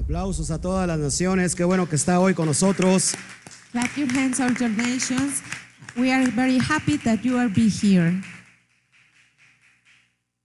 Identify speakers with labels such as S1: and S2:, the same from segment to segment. S1: Aplausos a todas las naciones. Qué bueno que está hoy con nosotros.
S2: Clap your hands, all your nations. We are very happy that you are be here.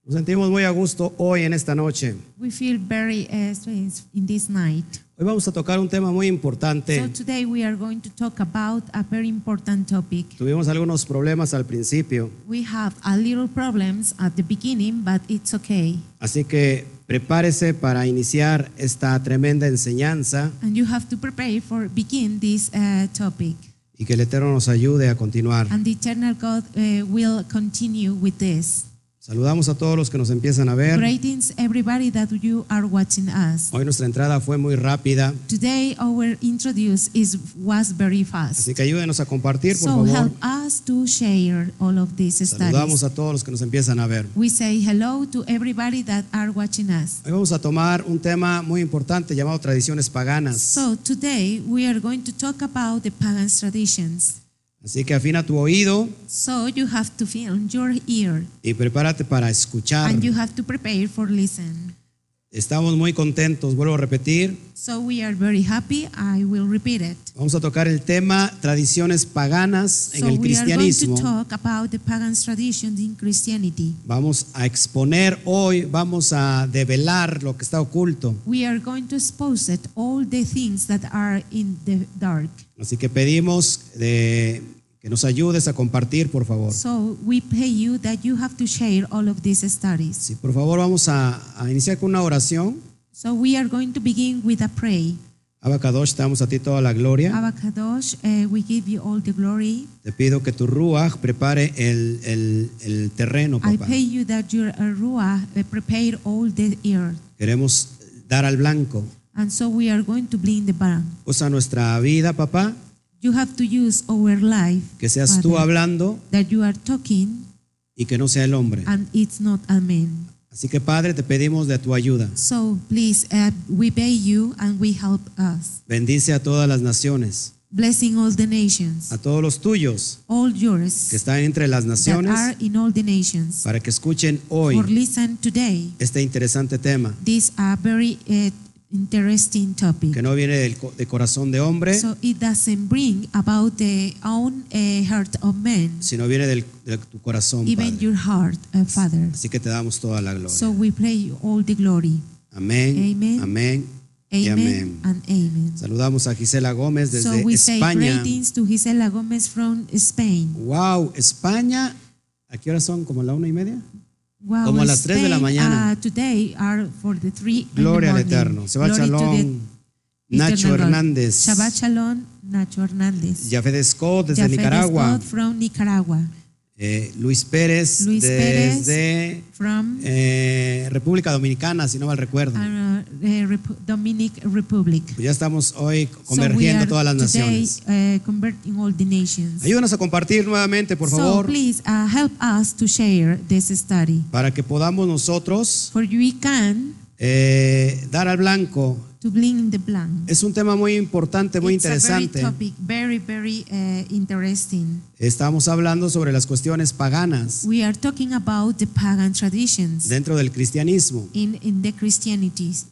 S1: Nos sentimos muy a gusto hoy en esta noche.
S2: We feel very uh, strange in this night.
S1: Hoy vamos a tocar un tema muy importante.
S2: So today we are going to talk about a very important topic.
S1: Tuvimos algunos problemas al principio,
S2: We have a little problems at the beginning, but it's okay.
S1: así que prepárese para iniciar esta tremenda enseñanza
S2: And you have to prepare for begin this uh, topic.
S1: y que el Eterno nos ayude a continuar.
S2: And the eternal God uh, will continue with this.
S1: Saludamos a todos los que nos empiezan a ver.
S2: Greetings, everybody that you are watching us.
S1: Hoy nuestra entrada fue muy rápida,
S2: Today our introduce is was very fast.
S1: así que ayúdenos a compartir, por
S2: So
S1: favor.
S2: help us to share all of these
S1: Saludamos
S2: studies.
S1: a todos los que nos empiezan a ver.
S2: We say hello to everybody that are watching us.
S1: Hoy vamos a tomar un tema muy importante llamado tradiciones paganas.
S2: So today we are going to talk about the pagan traditions.
S1: Así que afina tu oído
S2: So you have to film your ear
S1: y prepárate para escuchar.
S2: and you have to prepare for listen.
S1: Estamos muy contentos, vuelvo a repetir.
S2: So we are very happy. I will repeat it.
S1: Vamos a tocar el tema tradiciones paganas en
S2: So
S1: el
S2: we are going to
S1: cristianismo.
S2: talk about the pagan traditions in Christianity.
S1: Vamos a exponer hoy, vamos a develar lo que está oculto.
S2: We are going to expose it all the things that are in the dark.
S1: Así que pedimos de- que nos ayudes a compartir, por favor.
S2: So we pay you that you have to share all of these studies.
S1: Sí, por favor, vamos a, a iniciar con una oración.
S2: So we are going to begin with a prayer.
S1: Abacadosh, te damos a ti toda la gloria.
S2: Abba Kadosh, eh, we give you all the glory.
S1: Te pido que tu Ruach prepare el, el- el terreno,
S2: I
S1: papá.
S2: pay you that your uh, Ruah uh, prepare all the earth.
S1: Queremos dar al blanco.
S2: And so we are going to blend the barn.
S1: Usa nuestra vida, papá.
S2: You have to use our life.
S1: Que seas tú
S2: Father,
S1: hablando
S2: That you are talking
S1: y que no sea el hombre.
S2: and it's not a man.
S1: Así que, Padre, te pedimos de tu ayuda.
S2: So please, uh, we pay you and we help us.
S1: Bendice a todas las naciones,
S2: Blessing all the nations,
S1: a todos los tuyos
S2: all
S1: que
S2: yours
S1: están entre las
S2: that
S1: naciones,
S2: are in all the nations.
S1: para que escuchen
S2: for
S1: hoy
S2: listen today.
S1: este interesante tema,
S2: This a very uh, interesting
S1: que
S2: topic.
S1: no viene del co- de corazón de hombre,
S2: So it doesn't bring about the own uh, heart of man,
S1: sino viene del, de tu corazón,
S2: even
S1: Padre.
S2: your heart, uh, Father.
S1: Así que te damos toda la
S2: So
S1: gloria.
S2: we pray you all the glory.
S1: Amén,
S2: Amen.
S1: amén y amén.
S2: Amen and amen.
S1: Saludamos a Gisela Gómez
S2: So
S1: desde
S2: we say
S1: España.
S2: greetings to Gisela Gómez from Spain.
S1: Wow, España. ¿A qué hora son? ¿Como la una y media?
S2: Wow,
S1: Como a las tres de la
S2: Spain,
S1: mañana.
S2: uh, today are for the three in the
S1: Gloria al
S2: morning.
S1: Eterno. Se va
S2: Glory to
S1: Shalom.
S2: the
S1: Nacho
S2: Eternal God.
S1: Hernández.
S2: Shabbat Shalom, Nacho Hernández.
S1: Jafet Scott desde
S2: Jafet
S1: Nicaragua.
S2: Scott from Nicaragua.
S1: Eh, Luis Pérez
S2: Luis Pérez.
S1: desde
S2: From
S1: eh, República Dominicana, si no mal recuerdo. Pues
S2: uh, the Rep- Dominic Republic.
S1: Ya estamos hoy
S2: So we
S1: convergiendo
S2: are
S1: todas las
S2: today
S1: naciones.
S2: uh, converting all the nations.
S1: Ayúdanos a compartir nuevamente, por
S2: So
S1: favor,
S2: please uh, help us to share this study.
S1: para que podamos nosotros
S2: For we can
S1: eh, dar al blanco.
S2: to blink the blank.
S1: Es un tema muy importante, muy
S2: It's
S1: interesante.
S2: a very topic, very, very uh, interesting.
S1: Estamos hablando sobre las cuestiones paganas
S2: We are talking about the pagan traditions
S1: dentro del cristianismo.
S2: in, in the Christianities.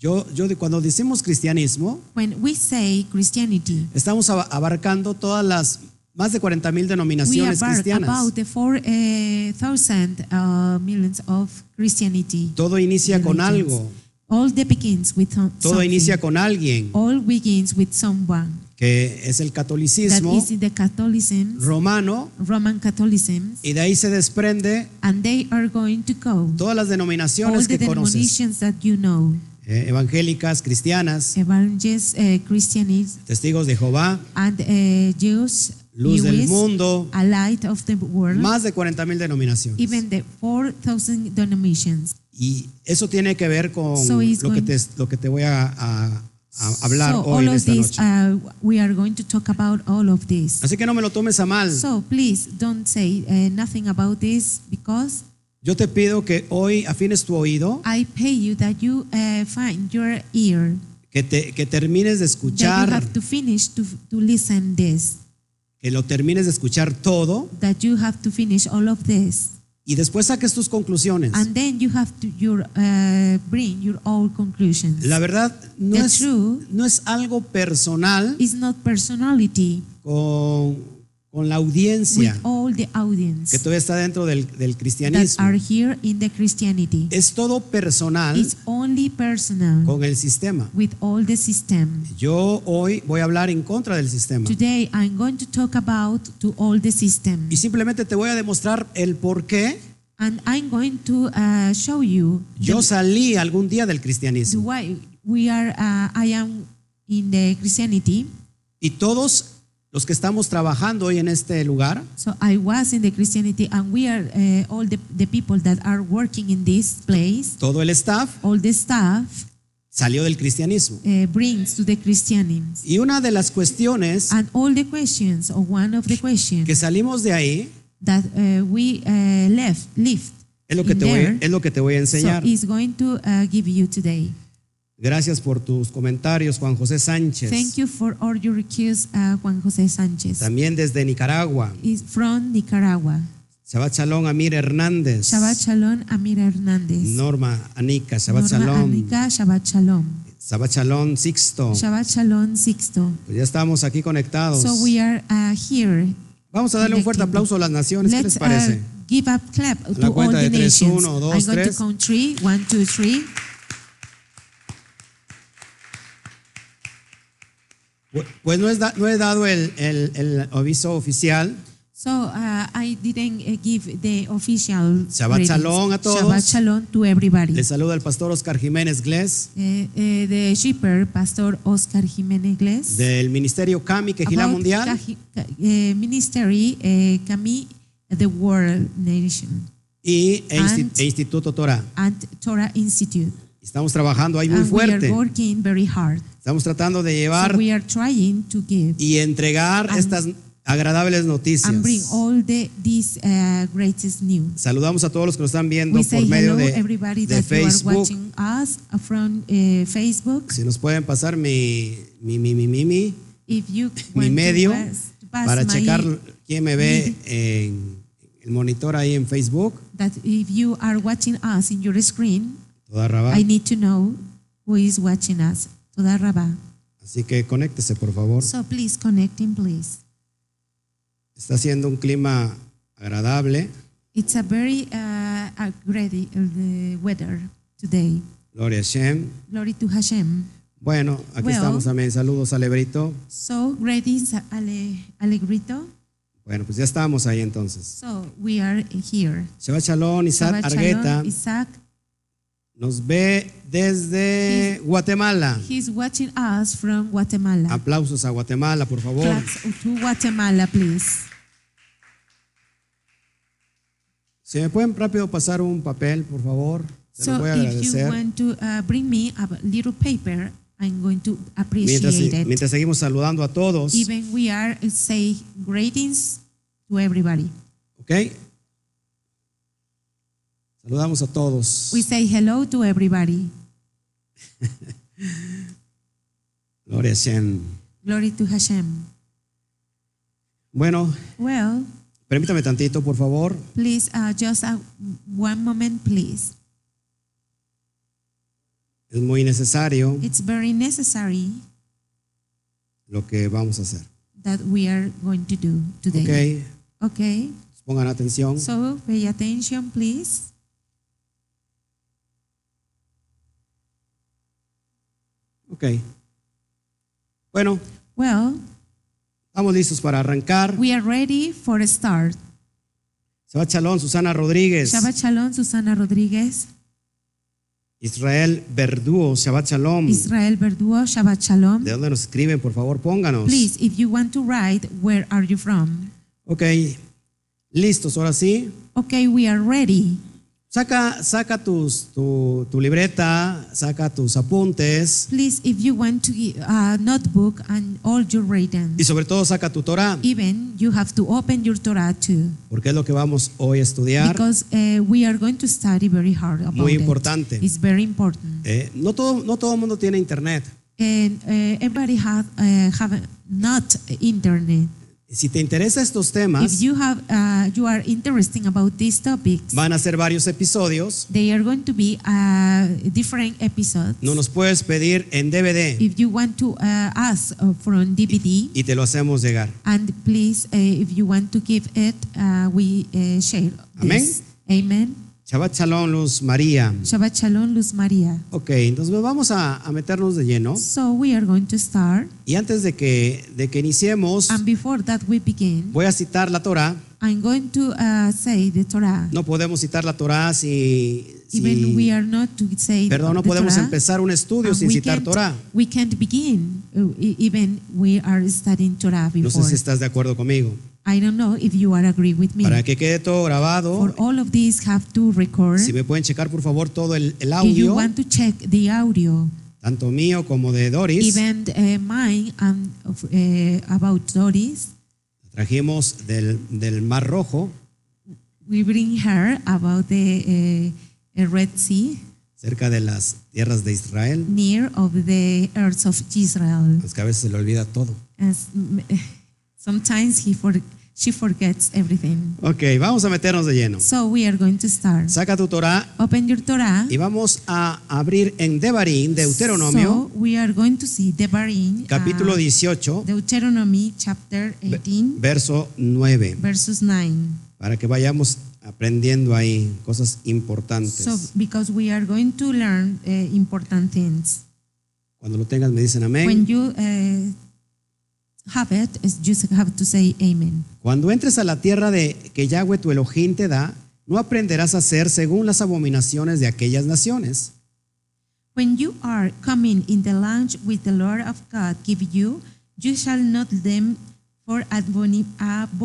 S1: Yo, yo de- cuando decimos cristianismo,
S2: When we say Christianity,
S1: estamos aba- abarcando todas las más de 40 mil
S2: we are
S1: denominaciones cristianas.
S2: about the four uh, thousand uh, millions of Christianity.
S1: Todo inicia con
S2: religions.
S1: algo,
S2: All the begins with some-
S1: todo
S2: something.
S1: inicia con alguien,
S2: All begins with someone.
S1: que es el
S2: That
S1: catolicismo
S2: is in the Catholicism,
S1: romano,
S2: Roman Catholicism,
S1: y de ahí se desprende
S2: and they are going to go.
S1: todas las
S2: All
S1: denominaciones
S2: the
S1: que conoces,
S2: denominations that you know,
S1: eh, evangélicas, cristianas,
S2: evangelists, uh, Christians,
S1: testigos de Jehová,
S2: and uh, Jews,
S1: luz del
S2: Jewish,
S1: mundo,
S2: a light of the world,
S1: más de 40 mil denominaciones.
S2: even the 4,000 denominations.
S1: Y eso tiene que ver con
S2: So it's
S1: lo que,
S2: going-
S1: te, lo que te voy a, a- a hablar
S2: so
S1: hoy
S2: all
S1: en
S2: of
S1: esta
S2: this,
S1: noche.
S2: uh, we are going to talk about all of this.
S1: Así que no me lo tomes a mal.
S2: So please don't say uh, nothing about this because
S1: Yo te pido que hoy afines tu oído,
S2: I pay you that you uh, find your ear
S1: que, te, que termines de
S2: that you
S1: escuchar,
S2: have to finish to, to listen this
S1: que lo termines de escuchar todo
S2: that you have to finish all of this
S1: Y después saques tus conclusiones.
S2: and then you have to your, uh, bring your own conclusions.
S1: La verdad no
S2: The
S1: es,
S2: truth-
S1: no es algo personal
S2: It's not personality
S1: con, con la audiencia
S2: with all the audience
S1: que todavía está dentro del, del
S2: that
S1: cristianismo.
S2: are here in the Christianity.
S1: Es todo personal
S2: It's only personal
S1: con el sistema.
S2: with all the system.
S1: Yo hoy voy a hablar en contra del sistema.
S2: Today I'm going to talk about to all the system,
S1: Y simplemente te voy a demostrar el por qué
S2: and I'm going to uh, show you
S1: yo salí algún día del
S2: the
S1: cristianismo.
S2: why we are. Uh, I am in the Christianity.
S1: Y todos los que estamos trabajando hoy en este lugar,
S2: So I was in the Christianity, and we are uh, all the, the people that are working in this place.
S1: todo el staff
S2: All the staff
S1: salió del cristianismo.
S2: uh, brings to the Christianity,
S1: Y una de las cuestiones
S2: and all the questions, or one of the questions
S1: que salimos de ahí
S2: that uh, we uh, left left
S1: es lo que
S2: in
S1: te voy,
S2: there,
S1: es lo que te voy a
S2: so
S1: enseñar.
S2: is going to uh, give you today.
S1: Gracias por tus comentarios, Juan José
S2: Thank
S1: Sánchez,
S2: you for all your requests, uh, Juan José Sánchez.
S1: también desde Nicaragua.
S2: Is from Nicaragua.
S1: Shabbat Shalom, Amir Hernández,
S2: Shabbat Shalom, Amir Hernández.
S1: Norma Anica, Shabbat
S2: Norma
S1: Shalom, Oh.
S2: Anica, Shabbat Shalom.
S1: Shabbat Shalom Sixto.
S2: Shabbat Shalom, Sixto.
S1: Pues ya estamos aquí conectados.
S2: So we are uh, here.
S1: Vamos a darle un fuerte
S2: Connecting.
S1: aplauso a las naciones. ¿Qué les
S2: Let's
S1: parece?
S2: uh, give a clap
S1: la
S2: to all
S1: cuenta de
S2: the
S1: tres,
S2: nations.
S1: uno, dos,
S2: I'm going
S1: tres.
S2: to count three. One, two, three.
S1: Pu- Pues no, es da- no he dado el, el- el aviso oficial.
S2: So uh, I didn't uh, give the official
S1: Shabbat
S2: greetings.
S1: Shalom a todos.
S2: Shabbat Shalom to everybody.
S1: Les saluda el pastor Oscar Jiménez Glés
S2: Eh, eh, the shepherd, Pastor Oscar Jiménez Glés.
S1: del Ministerio Cami Quejilá
S2: about
S1: Mundial.
S2: Kaji- Ka- eh, Ministry eh, Kami, the World Nation,
S1: y e, insti-
S2: And-
S1: e Instituto Torah.
S2: and Torah Institute.
S1: Estamos trabajando ahí muy
S2: and we
S1: fuerte.
S2: are working very hard.
S1: Estamos tratando de
S2: So
S1: llevar
S2: we are trying to give
S1: y entregar
S2: And-
S1: estas agradables noticias.
S2: and bring all the these uh, greatest news.
S1: Saludamos a todos los que nos están viendo
S2: We say
S1: por medio
S2: hello
S1: de,
S2: everybody
S1: de
S2: that you are
S1: Facebook.
S2: watching us from uh, Facebook.
S1: Si nos pueden pasar mi, mi, mi, mi, mi, mi,
S2: If you
S1: mi
S2: want
S1: medio
S2: to pass, to pass
S1: para
S2: my-
S1: checar quién me ve en el monitor ahí en Facebook.
S2: that if you are watching us in your screen,
S1: Toda Rabá.
S2: I need to know who is watching us. Toda Rabá.
S1: Así que conéctese, por favor.
S2: So please connect him, please.
S1: Está haciendo un clima agradable.
S2: It's a very uh, a great uh, the weather today.
S1: Gloria a Shem.
S2: Glory to Hashem.
S1: Bueno, aquí
S2: Well.
S1: estamos también. Saludos a Lebrito.
S2: So great is ale, alegrito.
S1: Bueno, pues ya estamos ahí entonces.
S2: So we are here.
S1: Shabbat Shalom, Isaac
S2: Shabbat
S1: Argueta
S2: Shalom, Isaac,
S1: nos ve desde Guatemala.
S2: he's watching us from
S1: Ah,
S2: Guatemala.
S1: Aplausos a Guatemala, por favor.
S2: Claps to Guatemala, please.
S1: Si me pueden rápido pasar un papel, por favor. Se lo
S2: so
S1: voy a
S2: if you
S1: agradecer.
S2: want to uh, bring me a little paper, I'm going to
S1: Mientras,
S2: appreciate it.
S1: mientras seguimos saludando a todos,
S2: Even we are uh, say greetings to everybody.
S1: ¿ok? Saludamos a todos.
S2: We say hello to everybody.
S1: Gloria a Shem.
S2: Glory to Hashem.
S1: Bueno,
S2: Well,
S1: permítame tantito, por favor.
S2: please, uh, just uh, one moment, please.
S1: Es muy necesario
S2: It's very necessary
S1: lo que vamos a hacer.
S2: that we are going to do
S1: ¿Ok? pues
S2: today. Okay.
S1: Pongan atención.
S2: So pay attention, please.
S1: Ok. Bueno,
S2: Well,
S1: estamos listos para arrancar.
S2: we are ready for a start.
S1: Shabbat Shalom, Susana Rodríguez.
S2: Shabbat Shalom, Susana Rodríguez,
S1: Israel Verdugo, Shabbat Shalom.
S2: Israel Verdugo, Shabbat Shalom.
S1: ¿De dónde nos escriben? Por favor, pónganos.
S2: Please, if you want to write, where are you from?
S1: Ok. Listos, ahora sí.
S2: Okay, we are ready.
S1: Saca, saca tus, tu, tu libreta, saca tus apuntes
S2: Please, if you want to give a notebook and all your writing,
S1: y sobre todo saca tu Torah,
S2: even you have to open your Torah too,
S1: porque es lo que vamos hoy a estudiar.
S2: because uh, we are going to study very hard about
S1: Muy
S2: it.
S1: importante.
S2: It's very important,
S1: Eh, no todo no todo el mundo tiene internet.
S2: and uh, everybody have uh, have not internet.
S1: Si te interesan estos
S2: If
S1: temas,
S2: you have, uh, you are interesting about these topics,
S1: van a ser varios episodios.
S2: they are going to be uh, different episodes.
S1: No nos puedes pedir en DVD
S2: If you want to uh, ask uh, from DVD,
S1: y te lo hacemos llegar.
S2: and please, uh, if you want to give it, uh, we uh, share. This. Amen.
S1: Shabbat Shalom, Luz María.
S2: Shabbat Shalom, Luz Maria.
S1: Ok, entonces vamos a, a meternos de lleno.
S2: So we are going to start,
S1: Y antes de que, de que iniciemos,
S2: and before that we begin,
S1: voy a citar la Torah.
S2: I'm going to uh, say the Torah.
S1: No podemos citar la Torah si...
S2: Even we
S1: si
S2: are not to say
S1: perdón, no
S2: the
S1: podemos
S2: Torah,
S1: empezar un estudio
S2: and
S1: sin
S2: we
S1: citar
S2: can't-
S1: Torah.
S2: We can't begin uh, e- even we are studying Torah
S1: No sé
S2: before.
S1: si estás de acuerdo conmigo.
S2: I don't know if you are agree with me.
S1: Para que quede todo
S2: For
S1: grabado,
S2: all of these have to record.
S1: si me pueden checar por favor todo el, el
S2: If you
S1: audio,
S2: want to check the audio,
S1: tanto mío como de Doris,
S2: even uh, mine and of, uh, about Doris,
S1: trajimos del, del Mar Rojo,
S2: we bring her about the uh, uh, Red Sea
S1: cerca de las tierras de Israel,
S2: near of the earth of Israel.
S1: pues que a veces se le olvida todo.
S2: As m- sometimes he for, she forgets everything.
S1: Ok, vamos a meternos de lleno.
S2: So we are going to start.
S1: Saca tu Torah
S2: Open your Torah.
S1: y vamos a abrir en Devarim, Deuteronomio,
S2: So we are going to see Devarim,
S1: capítulo
S2: uh,
S1: 18,
S2: Deuteronomy chapter 18,
S1: verso 9,
S2: verses 9.
S1: para que vayamos aprendiendo ahí cosas
S2: So
S1: importantes.
S2: because we are going to learn uh, important things.
S1: Cuando lo tengas me dicen
S2: When
S1: amén.
S2: you uh, have it, it's just have to say amen.
S1: Cuando entres a la tierra de que Yahweh tu Elohim te da, no aprenderás a hacer según las abominaciones de aquellas naciones.
S2: When you are coming in the land which the Lord of God give you, you shall not them for abomini-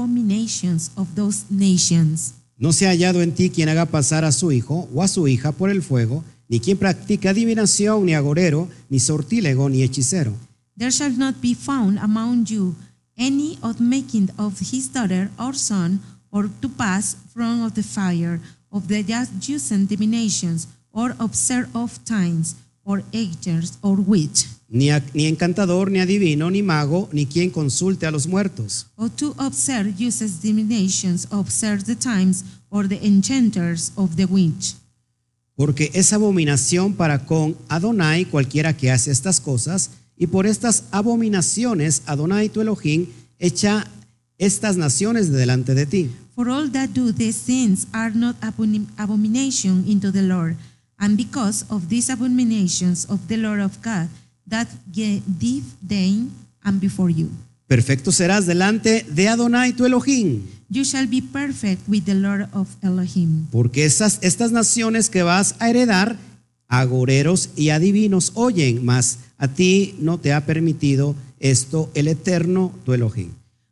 S2: abominations of those nations.
S1: No se ha hallado en ti quien haga pasar a su hijo o a su hija por el fuego, ni quien practica adivinación, ni agorero, ni sortílego, ni hechicero.
S2: There shall not be found among you any of making of his daughter or son, or to pass from of the fire, of the just Jews and divinations, or observe of times, or ages, or witch,
S1: Ni, a- ni encantador, ni adivino, ni mago, ni quien consulte a los muertos.
S2: or to observe uses divinations, observe the times, or the enchanters of the witch.
S1: Porque es abominación para con Adonai cualquiera que hace estas cosas, y por estas abominaciones Adonai tu Elohim echa estas naciones de delante de ti.
S2: For all that do these sins are not abomin- abomination into the Lord, and because of these abominations of the Lord of God, that ye disdain and before you.
S1: Perfecto serás delante de Adonai tu Elohim,
S2: You shall be perfect with the Lord of Elohim.
S1: porque esas, estas naciones que vas a heredar, agoreros y adivinos oyen, mas a ti no te ha permitido esto el eterno tu Elohim.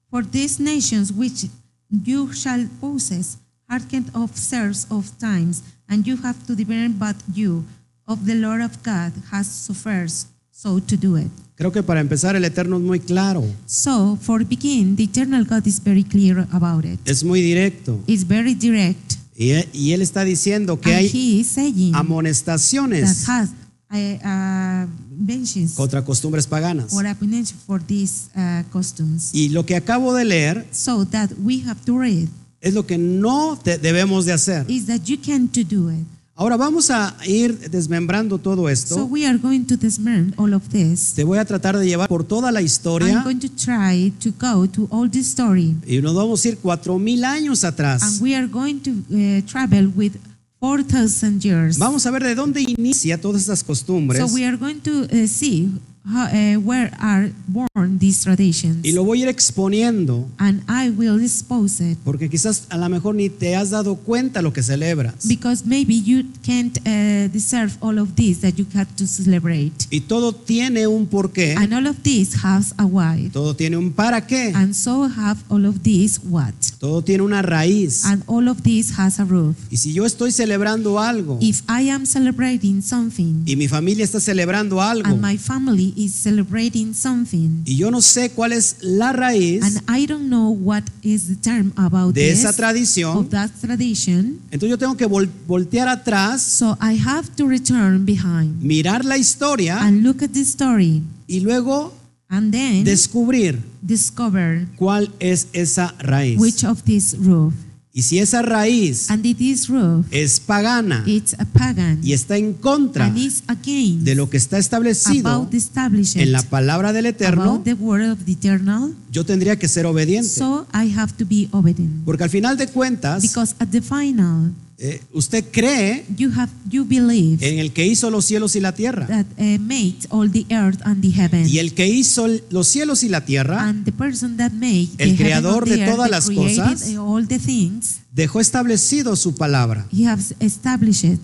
S2: For these nations which you shall possess hearken of serves of times, and you have to depend but you of the Lord of God has suffered so to do it.
S1: Creo que para empezar el eterno es muy claro,
S2: So, for begin, the eternal God is very clear about it.
S1: es muy directo.
S2: is very direct.
S1: Y e- y él está diciendo que
S2: and
S1: hay
S2: he is saying that
S1: amonestaciones
S2: has uh, uh, vengeance
S1: contra costumbres paganas.
S2: or abundance for these uh, customs.
S1: Y lo que acabo de leer
S2: So that we have to read
S1: es lo que no te- debemos de hacer.
S2: is that you can to do it.
S1: Ahora vamos a ir desmembrando todo
S2: So
S1: esto.
S2: we are going to discern all of this.
S1: Te voy a tratar de llevar por toda la
S2: I'm
S1: historia
S2: going to try to go to all this story,
S1: y nos vamos a ir cuatro mil años
S2: and
S1: atrás.
S2: we are going to uh, travel with four thousand years.
S1: Vamos a ver de dónde inicia todas estas costumbres.
S2: So we are going to uh, see how, uh, where are born these traditions,
S1: Y lo voy a ir exponiendo
S2: and I will expose it.
S1: porque quizás a lo mejor ni te has dado cuenta lo que celebras.
S2: Because maybe you can't uh, deserve all of this that you have to celebrate.
S1: Y todo tiene un porqué,
S2: And all of this has a why.
S1: todo tiene un para qué.
S2: And so have all of this what.
S1: Todo tiene una raíz.
S2: And all of this has a roof.
S1: Y si yo estoy celebrando algo
S2: If I am celebrating something
S1: y mi familia está celebrando algo
S2: and my family is celebrating something
S1: y yo no sé cuál es la raíz
S2: and I don't know what is the term about
S1: de
S2: this
S1: esa tradición,
S2: of that tradition,
S1: entonces yo tengo que vol- voltear atrás,
S2: so I have to return behind
S1: mirar la historia
S2: and look at the story
S1: y luego
S2: and then
S1: descubrir
S2: discover
S1: cuál es esa raíz.
S2: which of these roof.
S1: Y si esa raíz
S2: And it is roof,
S1: es pagana
S2: it's a pagan,
S1: y está en contra
S2: and it's again
S1: de lo que está establecido
S2: about the establishment,
S1: en la palabra del Eterno,
S2: about the word of the eternal.
S1: yo tendría que ser obediente.
S2: So I have to be obedient.
S1: Porque al final de cuentas,
S2: Because at the final,
S1: eh, usted cree
S2: you have you believe
S1: en el que hizo los cielos y la tierra.
S2: that uh, made all the earth and the heaven.
S1: Y el que hizo el- los cielos y la tierra
S2: And the person that made
S1: El
S2: the heaven
S1: creador
S2: and the
S1: de
S2: earth,
S1: todas
S2: that
S1: las
S2: created eh,
S1: cosas.
S2: all the things,
S1: dejó establecido su palabra.
S2: he has established it.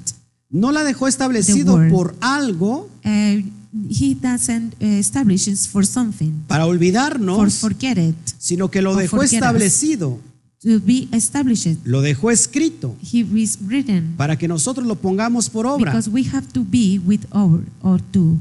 S1: No la dejó establecido
S2: word.
S1: por algo
S2: Uh, he doesn't uh, establish it for something,
S1: para
S2: for
S1: olvidarnos,
S2: forget it,
S1: sino que lo
S2: or
S1: dejó
S2: forget us.
S1: establecido,
S2: to be established.
S1: lo dejó escrito
S2: He is written
S1: para que nosotros lo pongamos por obra.
S2: because we have to be with our or to.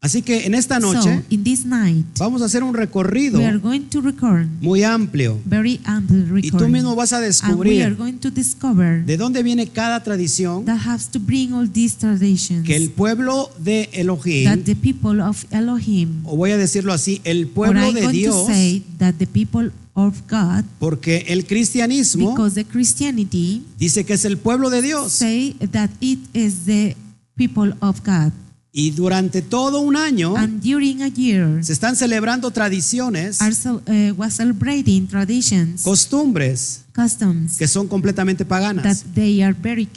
S1: Así que en esta
S2: So
S1: noche
S2: in this night,
S1: vamos a hacer un recorrido
S2: we are going to record
S1: muy amplio
S2: very ample
S1: y tú
S2: recording,
S1: mismo vas a
S2: and we are
S1: descubrir
S2: going to discover
S1: de dónde viene cada tradición
S2: that has to bring all these traditions
S1: que el pueblo de
S2: that
S1: Elohim,
S2: the people of Elohim
S1: o voy a decirlo así, el
S2: Or
S1: pueblo
S2: I'm
S1: de
S2: going
S1: Dios,
S2: to say that the people of God,
S1: porque el cristianismo
S2: because the Christianity
S1: dice que es el pueblo de Dios
S2: say that it is the people of God,
S1: y durante todo un año
S2: and during a year
S1: se están celebrando tradiciones,
S2: are so, uh, was celebrating traditions,
S1: costumbres
S2: customs
S1: que son completamente
S2: that
S1: paganas,
S2: they are very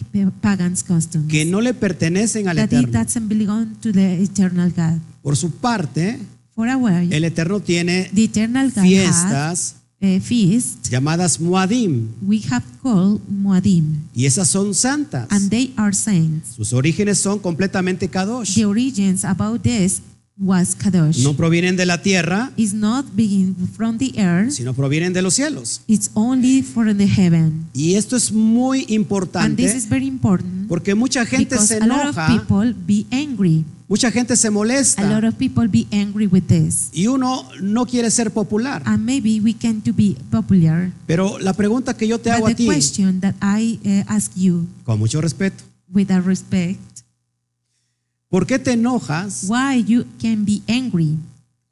S2: pagans customs
S1: que no le pertenecen al
S2: that it
S1: Eterno.
S2: doesn't belong to the eternal God.
S1: Por su parte,
S2: For a while,
S1: el Eterno tiene
S2: the eternal God had
S1: fiestas
S2: a feast
S1: llamadas Muadim
S2: we have called Muadim,
S1: y esas son santas.
S2: and they are saints.
S1: Sus orígenes son completamente Kadosh.
S2: The origins about this was Kadosh.
S1: No provienen de la tierra,
S2: is not being from the earth,
S1: sino provienen de los cielos.
S2: it's only from the heaven.
S1: Y esto es muy
S2: And this
S1: importante
S2: is very important
S1: porque mucha gente
S2: because
S1: se
S2: a lot of
S1: enoja, Ah.
S2: people be angry.
S1: mucha gente se
S2: A lot
S1: molesta
S2: of people be angry with this.
S1: y uno no quiere ser popular.
S2: And maybe we can to be popular.
S1: Pero la pregunta que yo te hago a
S2: but the
S1: ti,
S2: question that I eh, ask you
S1: con mucho respeto,
S2: with a respect,
S1: ¿por qué te enojas
S2: why you can be angry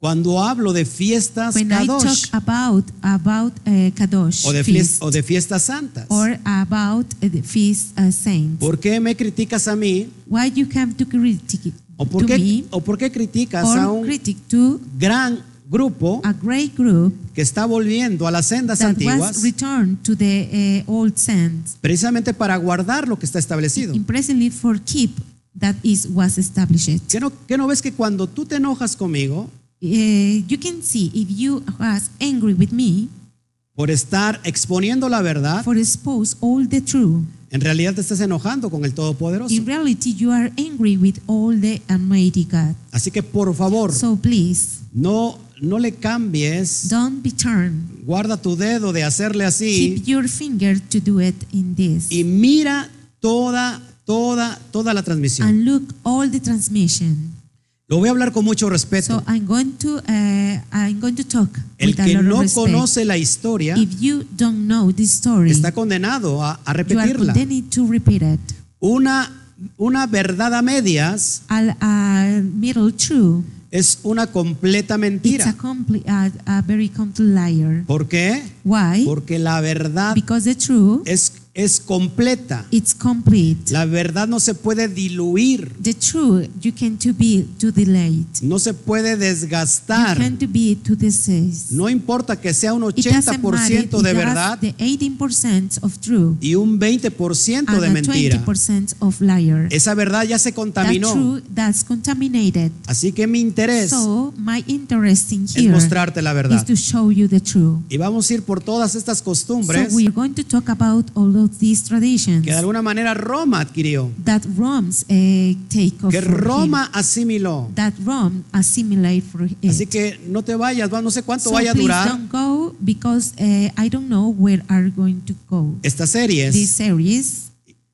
S1: cuando hablo de fiestas
S2: when I
S1: Kadosh
S2: talk about about eh, Kadosh
S1: o de, fies-
S2: feast
S1: o de fiestas santas?
S2: or about eh, the feast uh, saints?
S1: ¿Por qué me criticas a mí
S2: Why you come to critique
S1: o por
S2: to me
S1: qué, o por qué criticas a
S2: or
S1: un
S2: critic to
S1: gran grupo
S2: a great group
S1: que está volviendo a las sendas
S2: that
S1: antiguas
S2: was returned to the uh, old sands,
S1: precisamente para guardar lo que está establecido?
S2: impressively for keep that is was established.
S1: ¿Qué no, qué no ves que cuando tú te enojas conmigo
S2: Eh, you can see if you was angry with me
S1: por estar exponiendo la verdad,
S2: for expose all the truth.
S1: en realidad te estás enojando con el Todopoderoso?
S2: In reality, you are angry with all the Almighty God.
S1: Así que por favor,
S2: So please
S1: no, no le cambies,
S2: don't be turned.
S1: guarda tu dedo de hacerle así
S2: Keep your finger to do it in this
S1: y mira toda, toda, toda la transmisión.
S2: and look all the transmission.
S1: Lo voy a hablar con mucho
S2: So
S1: respeto.
S2: I'm going to uh, I'm going to talk
S1: El
S2: with a
S1: que
S2: lot of
S1: no
S2: respect.
S1: conoce la historia
S2: If you don't know this story,
S1: está condenado a, a
S2: you are
S1: repetirla.
S2: condemned to repeat it.
S1: Una, una verdad a medias
S2: Al a middle true,
S1: es una completa
S2: it's a,
S1: mentira.
S2: complete, a, a very complete liar.
S1: ¿Por qué?
S2: Why?
S1: Porque la verdad
S2: Because the true,
S1: es, es completa.
S2: it's complete.
S1: La verdad no se puede diluir,
S2: The true, you can to be to delay. it.
S1: no se puede
S2: You
S1: desgastar.
S2: can to be to disease.
S1: No importa que sea un
S2: It doesn't matter. It
S1: 80% de verdad
S2: has the 18% of true
S1: y un 20%
S2: and
S1: de
S2: the
S1: mentira.
S2: 20% of liar.
S1: Esa verdad ya se
S2: That
S1: contaminó.
S2: true, that's contaminated.
S1: Así que mi interés
S2: So my interest in
S1: es
S2: here is
S1: mostrarte la verdad.
S2: to show you the truth.
S1: Y vamos a ir por todas estas costumbres
S2: So we are going to talk about all of these traditions
S1: que de alguna manera Roma adquirió,
S2: that Rome's uh, take of
S1: que
S2: for him,
S1: Roma asimiló.
S2: that Rome assimilate for it.
S1: Así que no te vayas, va- no sé cuánto
S2: so
S1: vaya a
S2: please
S1: durar
S2: don't go because uh, I don't know where are going to go.
S1: estas
S2: These
S1: series.
S2: series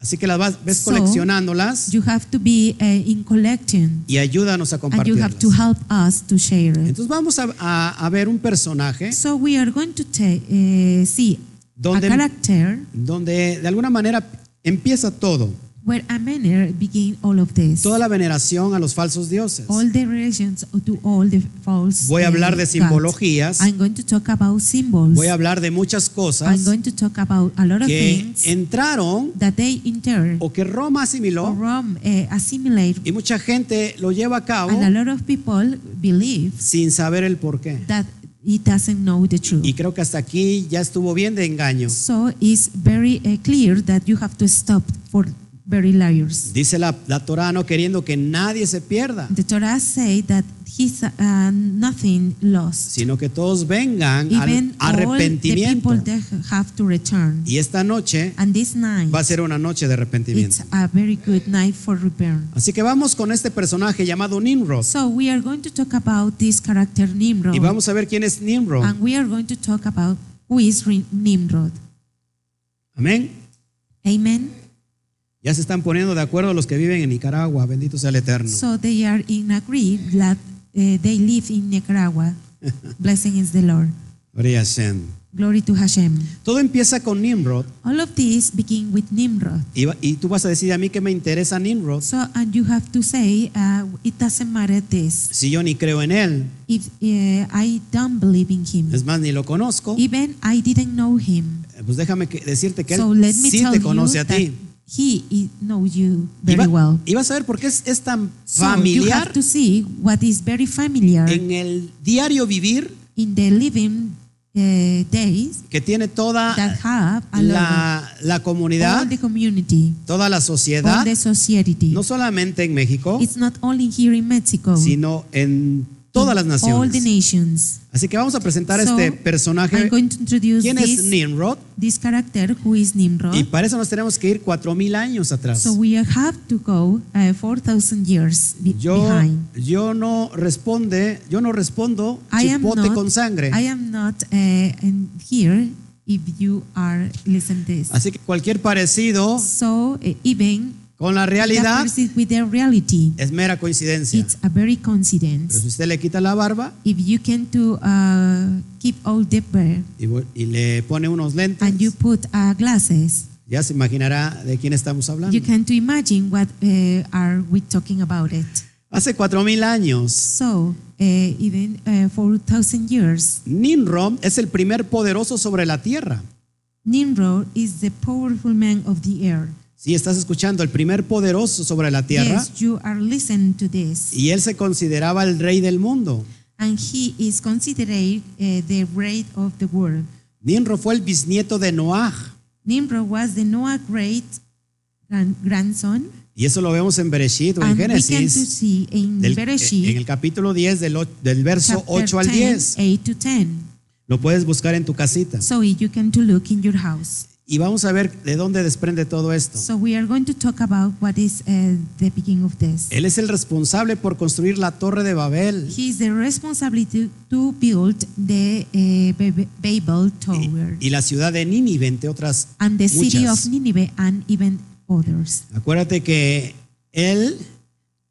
S1: Así que las vas, ves
S2: So,
S1: coleccionándolas
S2: you have to be uh, in collecting
S1: y ayúdanos a
S2: and you have
S1: compartirlas.
S2: to help us to share it.
S1: Entonces vamos a, a- a ver un personaje
S2: So we are going to ta- eh, see a
S1: Donde-
S2: character
S1: donde de alguna manera empieza todo.
S2: where a manner began all of this.
S1: Toda la veneración a los falsos dioses.
S2: all the relations to all the false
S1: Voy a hablar
S2: uh,
S1: de
S2: gods.
S1: simbologías.
S2: I'm going to talk about symbols.
S1: Voy a hablar de muchas
S2: I'm
S1: cosas
S2: going to talk about a lot of
S1: que
S2: things
S1: entraron
S2: that they enter
S1: o que Roma
S2: or
S1: asimiló
S2: Rome eh, assimilate,
S1: y mucha gente lo lleva a cabo
S2: and a lot of people believe
S1: sin saber el por qué.
S2: that it doesn't know the truth.
S1: Y creo que hasta aquí ya estuvo bien de engaño.
S2: So it's very uh, clear that you have to stop for very liars.
S1: Dice la, la Torah no queriendo que nadie se pierda,
S2: The Torah say that he's uh, nothing lost.
S1: sino que todos vengan al
S2: Even all the
S1: arrepentimiento.
S2: people that have to return.
S1: Y esta noche
S2: And this night,
S1: va a ser una noche de arrepentimiento.
S2: it's a very good night for return.
S1: Así que vamos con este personaje llamado Nimrod.
S2: So we are going to talk about this character Nimrod.
S1: Y vamos a ver quién es Nimrod.
S2: And we are going to talk about who is Re- Nimrod.
S1: Amén.
S2: Amen.
S1: Ya se están poniendo de acuerdo los que viven en Nicaragua. Bendito sea el Eterno.
S2: So they are in agree that uh, they live in Nicaragua. Blessing is the Lord.
S1: Gloria a Hashem.
S2: Glory to Hashem.
S1: Todo empieza con Nimrod.
S2: All of this begin with Nimrod.
S1: Y, va- y tú vas a decir a mí que me interesa Nimrod
S2: So, and you have to say, uh, it doesn't matter this.
S1: si yo ni creo en él.
S2: If uh, I don't believe in him,
S1: Es más, ni lo conozco.
S2: even I didn't know him.
S1: Eh, Pues déjame que- decirte que
S2: So
S1: él
S2: let me
S1: sí
S2: tell
S1: te
S2: you
S1: conoce a
S2: that
S1: ti.
S2: he i- know you
S1: Y,
S2: very
S1: va-
S2: well.
S1: y vas a ver por qué es, es tan
S2: So you
S1: familiar
S2: have to see what is very familiar
S1: en el diario vivir
S2: in the living uh, days
S1: que tiene toda
S2: that have a lot
S1: la, la
S2: of all
S1: comunidad,
S2: the community,
S1: toda la
S2: all
S1: sociedad,
S2: the society.
S1: no solamente en México,
S2: It's not only here in Mexico,
S1: sino en todas las
S2: in all the
S1: naciones.
S2: nations.
S1: Así que vamos a presentar
S2: So,
S1: este
S2: I'm
S1: personaje.
S2: going to introduce
S1: ¿Quién es
S2: this,
S1: Nimrod?
S2: this character who is Nimrod.
S1: Y para eso nos tenemos que ir cuatro mil años atrás.
S2: So we have to go uh, 4,000 years be-
S1: Yo,
S2: behind.
S1: yo no responde, yo no respondo
S2: I am
S1: chipote
S2: not-
S1: con sangre.
S2: I am not uh, in here if you are listen this.
S1: Así que cualquier parecido
S2: So uh, even
S1: con la
S2: that
S1: realidad
S2: person with the reality,
S1: es mera coincidencia.
S2: it's a very
S1: Pero
S2: coincidence.
S1: si usted le quita la barba
S2: If you can do uh, keep all the bear
S1: y, vu- y le pone unos
S2: and you
S1: lentes,
S2: put uh, glasses,
S1: ya se imaginará de quién estamos hablando.
S2: you can to imagine what uh, are we talking about it.
S1: Hace cuatro mil años,
S2: So uh, even uh, 4,000 years
S1: Nimrod es el primer poderoso sobre la tierra.
S2: Nimrod is the powerful man of the air.
S1: Si estás escuchando, el primer poderoso sobre la tierra.
S2: Yes, you are listening to this.
S1: Y él se consideraba el rey del mundo.
S2: And he is considered uh, the great of the world.
S1: Nimrod fue el bisnieto de Noah.
S2: Nimrod was the Noah great gran- grandson.
S1: Y eso lo vemos en Bereshit o en
S2: and we can to
S1: Génesis,
S2: see in
S1: del- en el
S2: Bereshit,
S1: capítulo 10 del, och- del verso
S2: chapter
S1: 8 al
S2: 10,
S1: 10.
S2: 8 to 10.
S1: Lo puedes buscar en tu casita.
S2: So you can to look in your house.
S1: Y vamos a ver de dónde desprende todo esto.
S2: So we are going to talk about what is uh, the beginning of this.
S1: Él es el responsable por construir la Torre de Babel.
S2: He is the responsibility to build the uh, Bab- Babel
S1: Y,
S2: Tower.
S1: y la ciudad de Nínive, entre otras
S2: and the city
S1: muchas.
S2: of Nineveh and even others.
S1: Acuérdate que él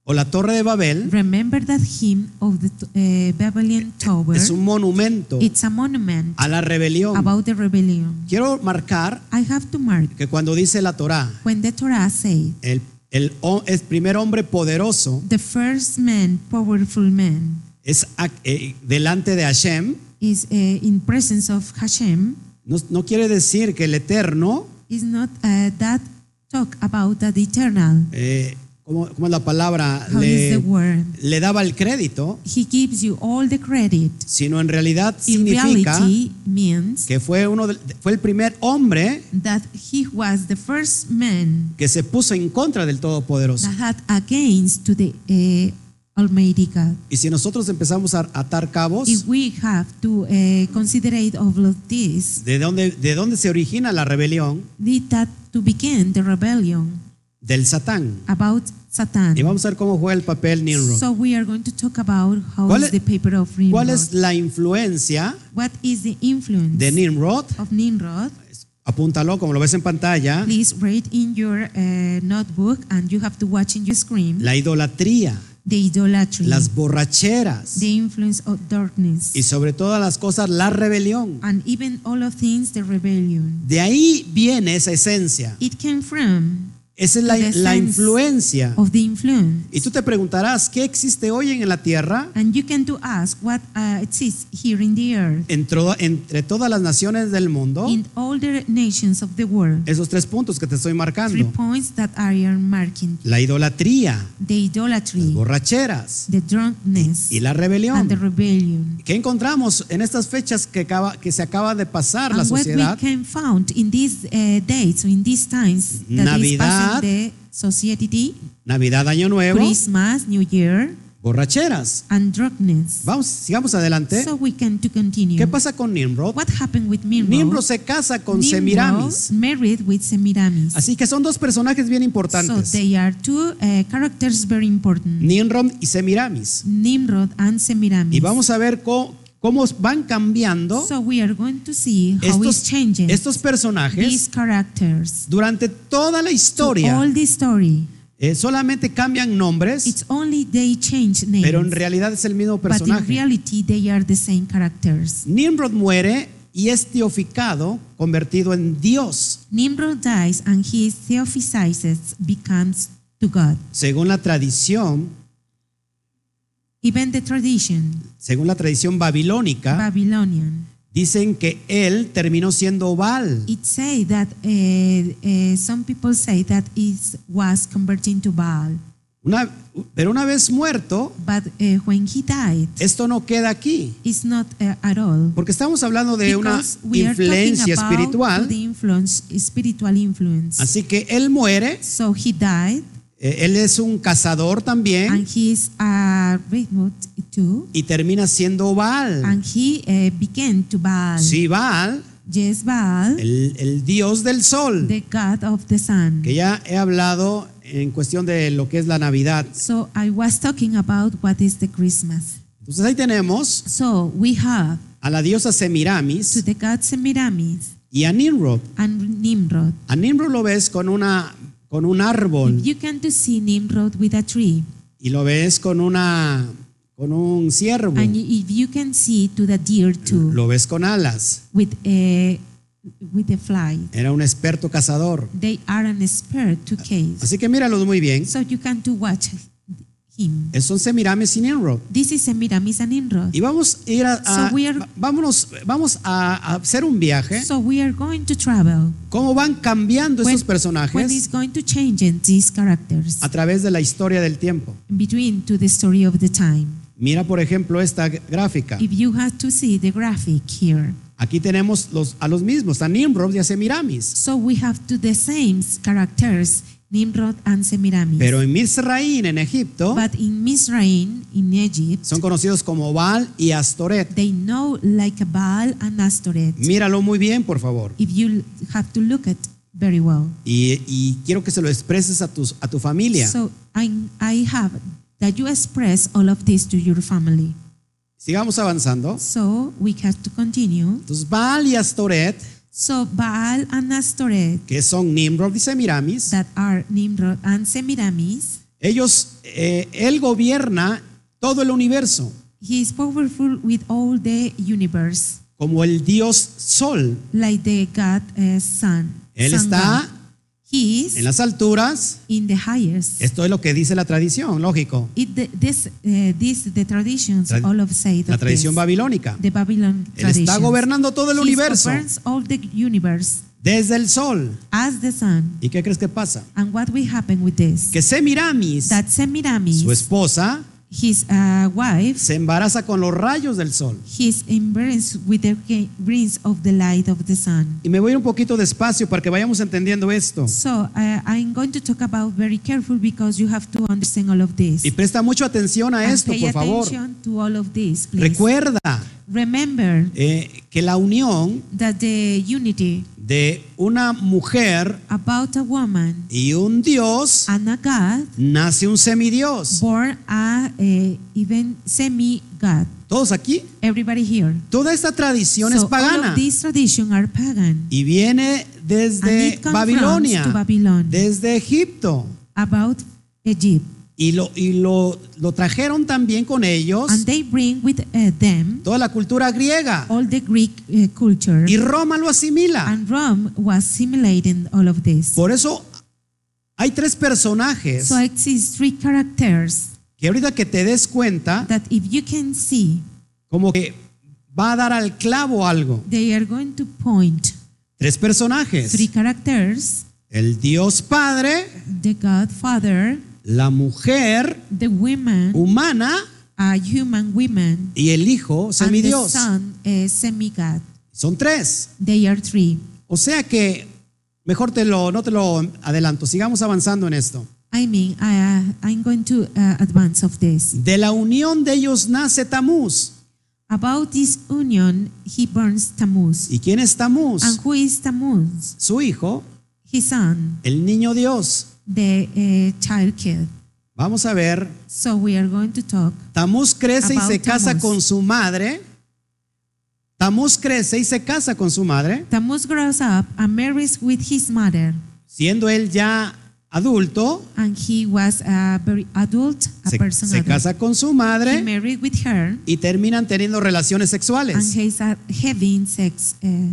S1: o la Torre de Babel
S2: Remember that hymn of the uh, Babylon Tower.
S1: es un monumento
S2: It's a monument
S1: a la rebelión.
S2: about the rebellion.
S1: Quiero marcar
S2: I have to mark
S1: que cuando dice la Torá,
S2: when the Torah says
S1: el, el, ho- el primer hombre poderoso
S2: the first man, powerful man,
S1: es ac- eh, delante de Hashem,
S2: is uh, in presence of Hashem.
S1: no, no quiere decir que el Eterno,
S2: Is not uh, that talk about that eternal?
S1: eh, ¿cómo, cómo es la palabra?
S2: How is the
S1: Le,
S2: word?
S1: le daba el crédito,
S2: He gives you all the credit.
S1: sino en realidad
S2: In
S1: significa
S2: reality, means
S1: que fue, uno de- fue el primer hombre
S2: that he was the first man
S1: que se puso en contra del Todopoderoso.
S2: that had against to the uh, Almighty God.
S1: Y si nosotros empezamos a atar cabos,
S2: If we have to uh, consider it all of this,
S1: ¿de dónde, ¿de dónde se origina la rebelión?
S2: did that to begin the rebellion
S1: Del Satán.
S2: about
S1: Y
S2: Satan.
S1: vamos a ver cómo juega el papel Nimrod.
S2: So we are going to talk about how
S1: ¿Cuál
S2: is
S1: es-
S2: the paper of
S1: ¿Cuál
S2: Nimrod.
S1: es la influencia
S2: what is the influence
S1: de Nimrod?
S2: of Nimrod?
S1: Apúntalo como lo ves en pantalla.
S2: Please read in your uh, notebook and you have to watch in your screen
S1: La idolatría,
S2: the idolatry,
S1: las borracheras
S2: the influence of darkness,
S1: y sobre todas las cosas la rebelión.
S2: and even all of things the rebellion.
S1: De ahí viene esa esencia.
S2: It came from
S1: Esa es la,
S2: the
S1: la
S2: sense
S1: influencia.
S2: of the influence.
S1: Y tú te preguntarás, ¿qué existe hoy en la tierra?
S2: And you can to ask what uh, exists here in the earth,
S1: En tro- entre todas las naciones del mundo,
S2: in all the nations of the world.
S1: esos tres puntos que te estoy
S2: Three
S1: marcando.
S2: points that I am marking
S1: La idolatría,
S2: the
S1: las
S2: idolatry,
S1: borracheras
S2: the drunkenness,
S1: y la
S2: and the
S1: rebelión.
S2: rebellion.
S1: ¿Qué encontramos en estas fechas que, acaba- que se acaba de pasar la
S2: and what
S1: sociedad?
S2: we can found in these uh, dates, in these times, that is
S1: Navidad.
S2: passing the society,
S1: Navidad, Año Nuevo,
S2: Christmas, New Year,
S1: borracheras.
S2: and drunkenness.
S1: Vamos, sigamos adelante.
S2: So we can to continue.
S1: ¿Qué pasa con Nimrod?
S2: What happened with Nimrod?
S1: Nimrod se casa con
S2: Nimrod
S1: Semiramis.
S2: married with Semiramis.
S1: Así que son dos personajes bien
S2: So
S1: importantes.
S2: they are two uh, characters very important,
S1: Nimrod y Semiramis.
S2: Nimrod and Semiramis.
S1: Y vamos a ver co- cómo, van cambiando
S2: so we are going to see how it's
S1: estos,
S2: changing
S1: estos
S2: these
S1: personajes
S2: characters.
S1: durante toda la
S2: To all
S1: historia.
S2: the story,
S1: Eh, solamente cambian nombres,
S2: it's only they change names.
S1: pero en realidad es el mismo
S2: but in
S1: personaje.
S2: reality, they are the same characters.
S1: Nimrod muere y es teoficado, convertido en Dios,
S2: Nimrod dies, and he is theophysized, becomes to God.
S1: según la tradición,
S2: Even the tradition,
S1: según la tradición babilónica,
S2: Babylonian,
S1: dicen que él terminó siendo Baal.
S2: it say that uh, uh, some people say that it was converting to Baal.
S1: Una- pero una vez muerto,
S2: But uh, when he died,
S1: esto no queda aquí,
S2: it's not uh, at all.
S1: porque estamos hablando de una
S2: because we are talking
S1: influencia
S2: about
S1: espiritual.
S2: the influence, spiritual influence.
S1: Así que él muere,
S2: so he died,
S1: eh, él es un cazador también
S2: and he is a Redmond too,
S1: y termina siendo Baal.
S2: and he uh, began to Baal.
S1: Mm. Sí, Baal,
S2: Yes, Baal,
S1: el, el dios del sol,
S2: the god of the sun.
S1: que ya he hablado en cuestión de lo que es la Navidad.
S2: So I was talking about what is the Christmas.
S1: Entonces ahí tenemos
S2: So we have
S1: a la diosa
S2: to
S1: Semiramis
S2: the god Semiramis
S1: y a Nimrod.
S2: and Nimrod.
S1: A Nimrod lo ves con una con un árbol
S2: You can to see Nimrod with a tree,
S1: y lo ves con una con un ciervo,
S2: and you- if you can see to the deer too
S1: lo ves con alas.
S2: with a with a fly.
S1: Era un experto cazador.
S2: They are an expert to case.
S1: Así que míralos muy bien.
S2: So you can to watch him.
S1: Esos Son Semiramis y Nimrod.
S2: This is Semiramis and Nimrod.
S1: Y vamos a ir a, a-
S2: So we are-
S1: va- vámonos, vamos a, a hacer un viaje.
S2: So we are going to travel.
S1: Cómo van cambiando estos
S2: when is
S1: personajes
S2: going to change in these characters
S1: a través de la historia del tiempo.
S2: between to the story of the time.
S1: Mira, por ejemplo, esta gráfica.
S2: If you had to see the graphic here,
S1: Aquí tenemos los, a los mismos, a Nimrod y a Semiramis.
S2: so we have to the same characters, Nimrod and Semiramis.
S1: Pero en Misraín, en Egipto,
S2: but in Misraim, in Egypt,
S1: son conocidos como Baal y Astoret.
S2: they know like a Baal and Astoret.
S1: Míralo muy bien, por favor.
S2: if you have to look at very well.
S1: Y, y quiero que se lo expreses a, tus, a tu familia.
S2: So I, I have that you express all of this to your family.
S1: Sigamos avanzando.
S2: So we have to continue.
S1: Entonces, Baal y Astoret,
S2: So Baal and Astoret
S1: que son Nimrod y Semiramis,
S2: that are Nimrod and Semiramis.
S1: Ellos, eh, él gobierna todo el universo
S2: He is powerful with all the universe,
S1: como el dios sol.
S2: like the God uh, Sun.
S1: Él
S2: Sun
S1: está
S2: God. He is
S1: en las alturas.
S2: in the highest.
S1: Esto es lo que dice la tradición, lógico,
S2: It, the- this, uh, this the traditions
S1: Trad-
S2: all of say
S1: la
S2: of
S1: tradición
S2: this.
S1: babilónica.
S2: The Babylon
S1: Él está
S2: traditions.
S1: gobernando todo el
S2: He
S1: universo
S2: governs all the universe
S1: desde el sol.
S2: as the sun.
S1: ¿Y qué crees que pasa?
S2: And what will happen with this?
S1: Que Semiramis,
S2: that Semiramis,
S1: su esposa,
S2: his uh, wife,
S1: se embaraza con los rayos del sol.
S2: he's embraced with the ga- rays of the light of the sun.
S1: Y me voy a ir un poquito despacio para que vayamos entendiendo esto.
S2: So uh, I'm going to talk about very careful because you have to understand all of this.
S1: Y presta mucha atención a
S2: And
S1: esto,
S2: pay
S1: por favor.
S2: attention to all of this, please.
S1: Recuerda
S2: Remember
S1: eh, que la unión
S2: that the unity
S1: de una mujer
S2: about a woman
S1: y un dios
S2: and a God
S1: nace un semidios.
S2: born a uh, even semi-God.
S1: Todos aquí,
S2: Everybody here.
S1: toda esta tradición es
S2: So all
S1: pagana
S2: of these traditions are pagan.
S1: y viene
S2: And
S1: desde
S2: it comes
S1: Babilonia,
S2: to Babylon.
S1: desde Egipto
S2: about Egypt.
S1: y lo y lo, lo trajeron también con ellos
S2: And they bring with uh, them
S1: toda la cultura griega
S2: all the Greek uh, culture.
S1: y Roma lo asimila.
S2: And Rome was assimilating all of this.
S1: Por eso Hay tres personajes
S2: So exist three characters
S1: que ahorita que te des cuenta,
S2: that if you can see,
S1: como que va a dar al clavo algo.
S2: they are going to point.
S1: Tres personajes.
S2: Three characters,
S1: El Dios Padre,
S2: the Godfather,
S1: la mujer
S2: the woman,
S1: Uh. humana
S2: a human woman,
S1: y el Hijo
S2: and the
S1: semidios.
S2: son is semi-god.
S1: Son tres.
S2: They are three.
S1: O sea que, mejor te lo, no te lo adelanto, sigamos avanzando en esto.
S2: I mean, I, uh, I'm going to uh, advance of this.
S1: De la unión de ellos nace Tamuz.
S2: About this union, he burns Tammuz.
S1: ¿Y quién es Tamuz?
S2: And who is Tammuz?
S1: Su hijo,
S2: His son,
S1: el niño Dios.
S2: the uh, child kid.
S1: Vamos a ver.
S2: So we are going to talk.
S1: Tamuz crece y
S2: About
S1: se casa
S2: Tamuz.
S1: con su madre. Tamuz crece y se casa con su madre,
S2: Tammuz grows up and marries with his mother,
S1: siendo él ya adulto.
S2: and he was a very adult, a
S1: Se,
S2: person
S1: se
S2: adult.
S1: casa con su
S2: He
S1: madre
S2: married with her,
S1: y terminan teniendo relaciones
S2: and
S1: sexuales.
S2: he's uh, having sex. Uh,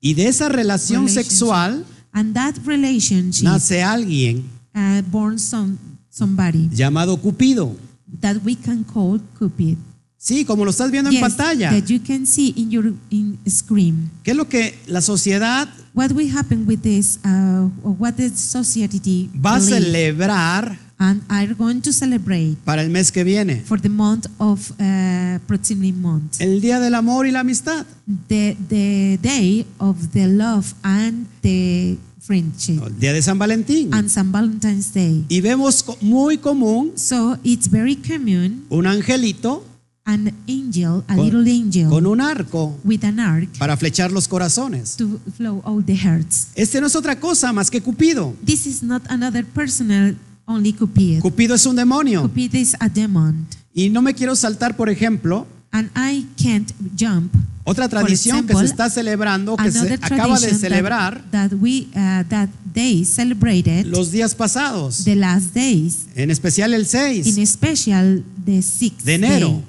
S1: Y de esa relación
S2: Relationship.
S1: sexual
S2: and that relationship
S1: nace alguien
S2: uh, born some, somebody
S1: llamado Cupido.
S2: that we can call Cupid.
S1: Sí, como lo estás viendo en
S2: Yes,
S1: pantalla.
S2: that you can see in your in screen.
S1: ¿Qué es lo que la sociedad
S2: What will happen with this, uh, or what the society
S1: va a
S2: believe
S1: celebrar
S2: and are going to celebrate
S1: para el mes que viene?
S2: for the month of uh, Proximity Month,
S1: El Día del Amor y la Amistad.
S2: the, the day of the love and the friendship,
S1: o El Día de San Valentín.
S2: and St. Valentine's Day.
S1: Y vemos co- muy común
S2: So it's very common
S1: un angelito
S2: an angel, a
S1: Con-
S2: little angel,
S1: con un arco
S2: with an arc
S1: para flechar los corazones.
S2: to flow all the hearts.
S1: Este no es otra cosa más que Cupido.
S2: This is not another personal, only Cupid.
S1: Cupido es un demonio.
S2: Cupid is a demon.
S1: Y no me quiero saltar, por ejemplo,
S2: And I can't jump.
S1: otra
S2: For
S1: tradición que se
S2: example,
S1: está celebrando, que se
S2: Another
S1: acaba de
S2: tradition
S1: celebrar
S2: that, that we uh, that they celebrated
S1: los días pasados,
S2: the last days,
S1: en especial el 6.
S2: in special the sixth
S1: De enero.
S2: day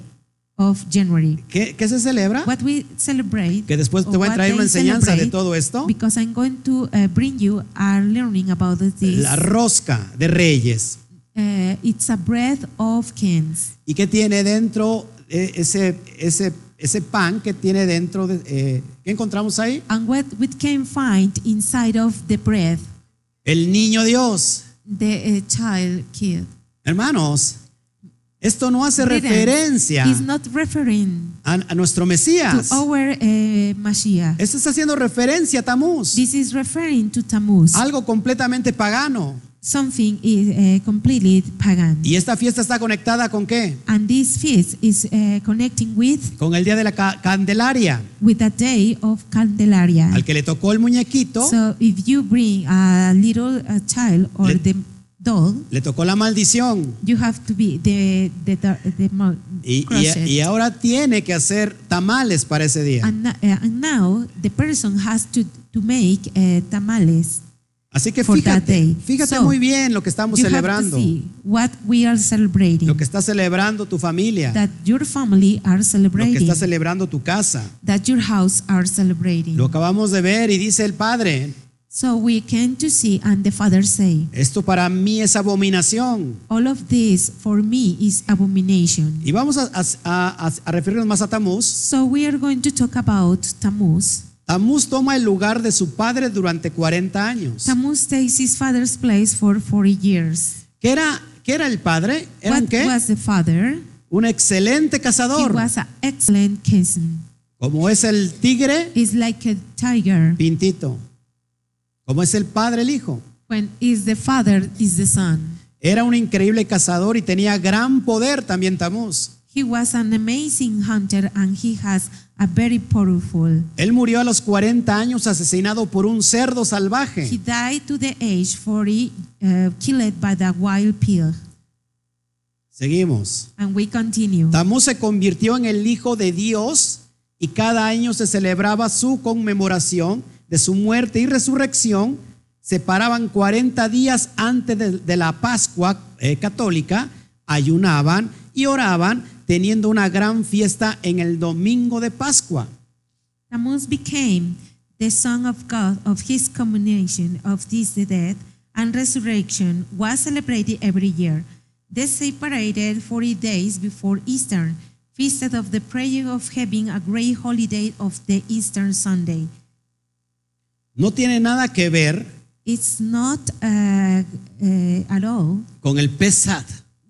S2: of January.
S1: ¿Qué, qué se celebra?
S2: What we celebrate.
S1: Que después te
S2: or
S1: voy a
S2: what
S1: traer una
S2: they
S1: enseñanza de
S2: celebrate,
S1: todo esto.
S2: Because I'm going to uh, bring you a learning about this.
S1: La rosca de reyes.
S2: Uh, it's a bread of kings.
S1: ¿Y qué tiene dentro eh, ese, ese, ese pan que tiene dentro? De, eh, ¿Qué encontramos ahí?
S2: And what we can find inside of the bread,
S1: El niño Dios.
S2: the uh, child kid.
S1: Hermanos, esto no hace
S2: Didn't.
S1: referencia
S2: It's not referring
S1: a, a nuestro
S2: to
S1: Mesías.
S2: our uh, Mashiach.
S1: Esto está haciendo referencia a Tamuz,
S2: This is referring to Tammuz.
S1: algo completamente pagano.
S2: Something is uh, completely pagan.
S1: Y esta fiesta está conectada con qué?
S2: And this feast is uh, connecting with
S1: Con el día de la ca- Candelaria,
S2: with the day of Candelaria.
S1: al que le tocó el muñequito,
S2: So if you bring a little uh, child or
S1: Le-
S2: the doll,
S1: le tocó la maldición.
S2: you have to be the the the, the mo-
S1: Y, y-
S2: crosset.
S1: y ahora tiene que hacer tamales para ese día.
S2: And, na- uh, and now the person has to to make uh, tamales.
S1: Así que
S2: for that
S1: fíjate,
S2: day.
S1: fíjate
S2: So,
S1: muy bien lo que estamos
S2: you have to
S1: celebrando,
S2: see what we are celebrating.
S1: lo que está celebrando tu familia,
S2: that your family are
S1: lo que
S2: celebrating.
S1: está celebrando tu casa.
S2: that your house are celebrating.
S1: Lo acabamos de ver y dice el Padre,
S2: So we came to see, and the Father say,
S1: esto para mí es abominación.
S2: all of this for me is abomination.
S1: Y vamos a, a- a- a referirnos más a Tamuz.
S2: So we are going to talk about Tammuz.
S1: Tamuz toma el lugar de su padre durante 40 años.
S2: Tammuz takes his father's place for 40 years.
S1: ¿Qué era, qué era el padre? ¿Era un
S2: what
S1: qué?
S2: was the father?
S1: Un excelente
S2: He
S1: cazador.
S2: was an excellent cousin.
S1: Como es el tigre,
S2: It's like a tiger.
S1: pintito. Como es el padre, el hijo.
S2: When is the father is the son.
S1: Era un increíble cazador y tenía gran poder también Tamuz.
S2: He was an amazing hunter and he has a very powerful.
S1: Él murió a los 40 años asesinado por un cerdo
S2: He
S1: salvaje.
S2: died to the age 40, uh, killed by the wild pig.
S1: Seguimos.
S2: And we continue.
S1: Tamuz se convirtió en el hijo de Dios y cada año se celebraba su conmemoración de su muerte y resurrección. Se paraban 40 días antes de, de la Pascua eh, católica, ayunaban y oraban, teniendo una gran fiesta en el domingo de Pascua.
S2: Tammuz became the son of God of his combination of this the death and resurrection was celebrated every year. They separated 40 days before Easter, feasted of the prayer of having a great holiday of the Easter Sunday.
S1: No tiene nada que ver
S2: It's not uh, uh, at all
S1: con el Pesad,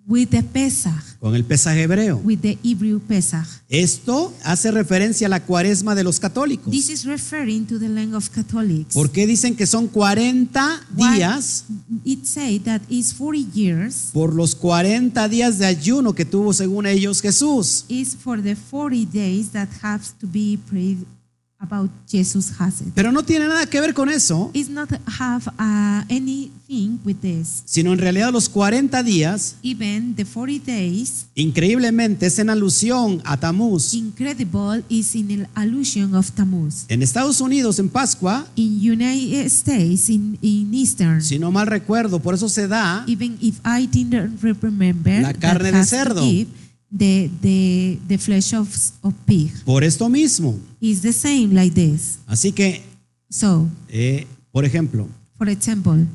S2: with the Pesach,
S1: con el Pesaj hebreo.
S2: with the Hebrew Pesach.
S1: Esto hace referencia a la cuaresma de los católicos.
S2: This is referring to the land of Catholics.
S1: ¿Por qué dicen que son 40
S2: Why-
S1: días
S2: It says that it's 40 years,
S1: por los 40 días de ayuno que tuvo según ellos Jesús?
S2: is for the 40 days that have to be prayed about Jesus has it.
S1: Pero no tiene nada que ver con eso,
S2: It's not have uh, anything with this.
S1: sino en realidad los 40 días,
S2: Even the 40 days,
S1: increíblemente es en alusión a Tamuz.
S2: incredible, is in an allusion of Tammuz.
S1: En Estados Unidos, en Pascua,
S2: In United States, in, in Eastern,
S1: si no mal recuerdo, por eso se da
S2: even if I didn't remember
S1: La carne
S2: that
S1: de
S2: has to
S1: cerdo.
S2: give the, the, the flesh of, of pig
S1: por esto mismo.
S2: is the same like this.
S1: Así que,
S2: So,
S1: eh, por ejemplo,
S2: for example,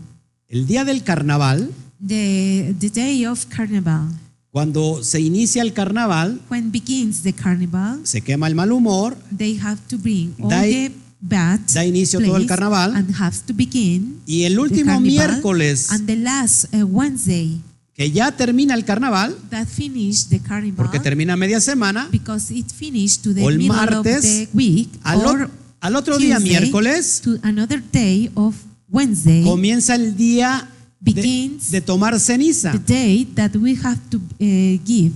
S1: el día del carnaval,
S2: the, the day of carnival,
S1: cuando se inicia el carnaval,
S2: when begins the carnival,
S1: se quema el mal humor,
S2: they have to bring all
S1: Da-
S2: the bad
S1: da inicio todo el
S2: place
S1: carnaval.
S2: and have to begin
S1: y el
S2: the
S1: último
S2: carnival
S1: miércoles
S2: and the last uh, Wednesday
S1: que ya termina el carnaval,
S2: that finish the carnival
S1: porque termina media semana,
S2: because it finished to the
S1: O el
S2: middle
S1: martes,
S2: of the week
S1: al, o-
S2: or
S1: al otro día
S2: Tuesday
S1: miércoles
S2: to another day of Wednesday
S1: comienza el día de,
S2: Begins
S1: de tomar ceniza.
S2: the day that we have to uh, give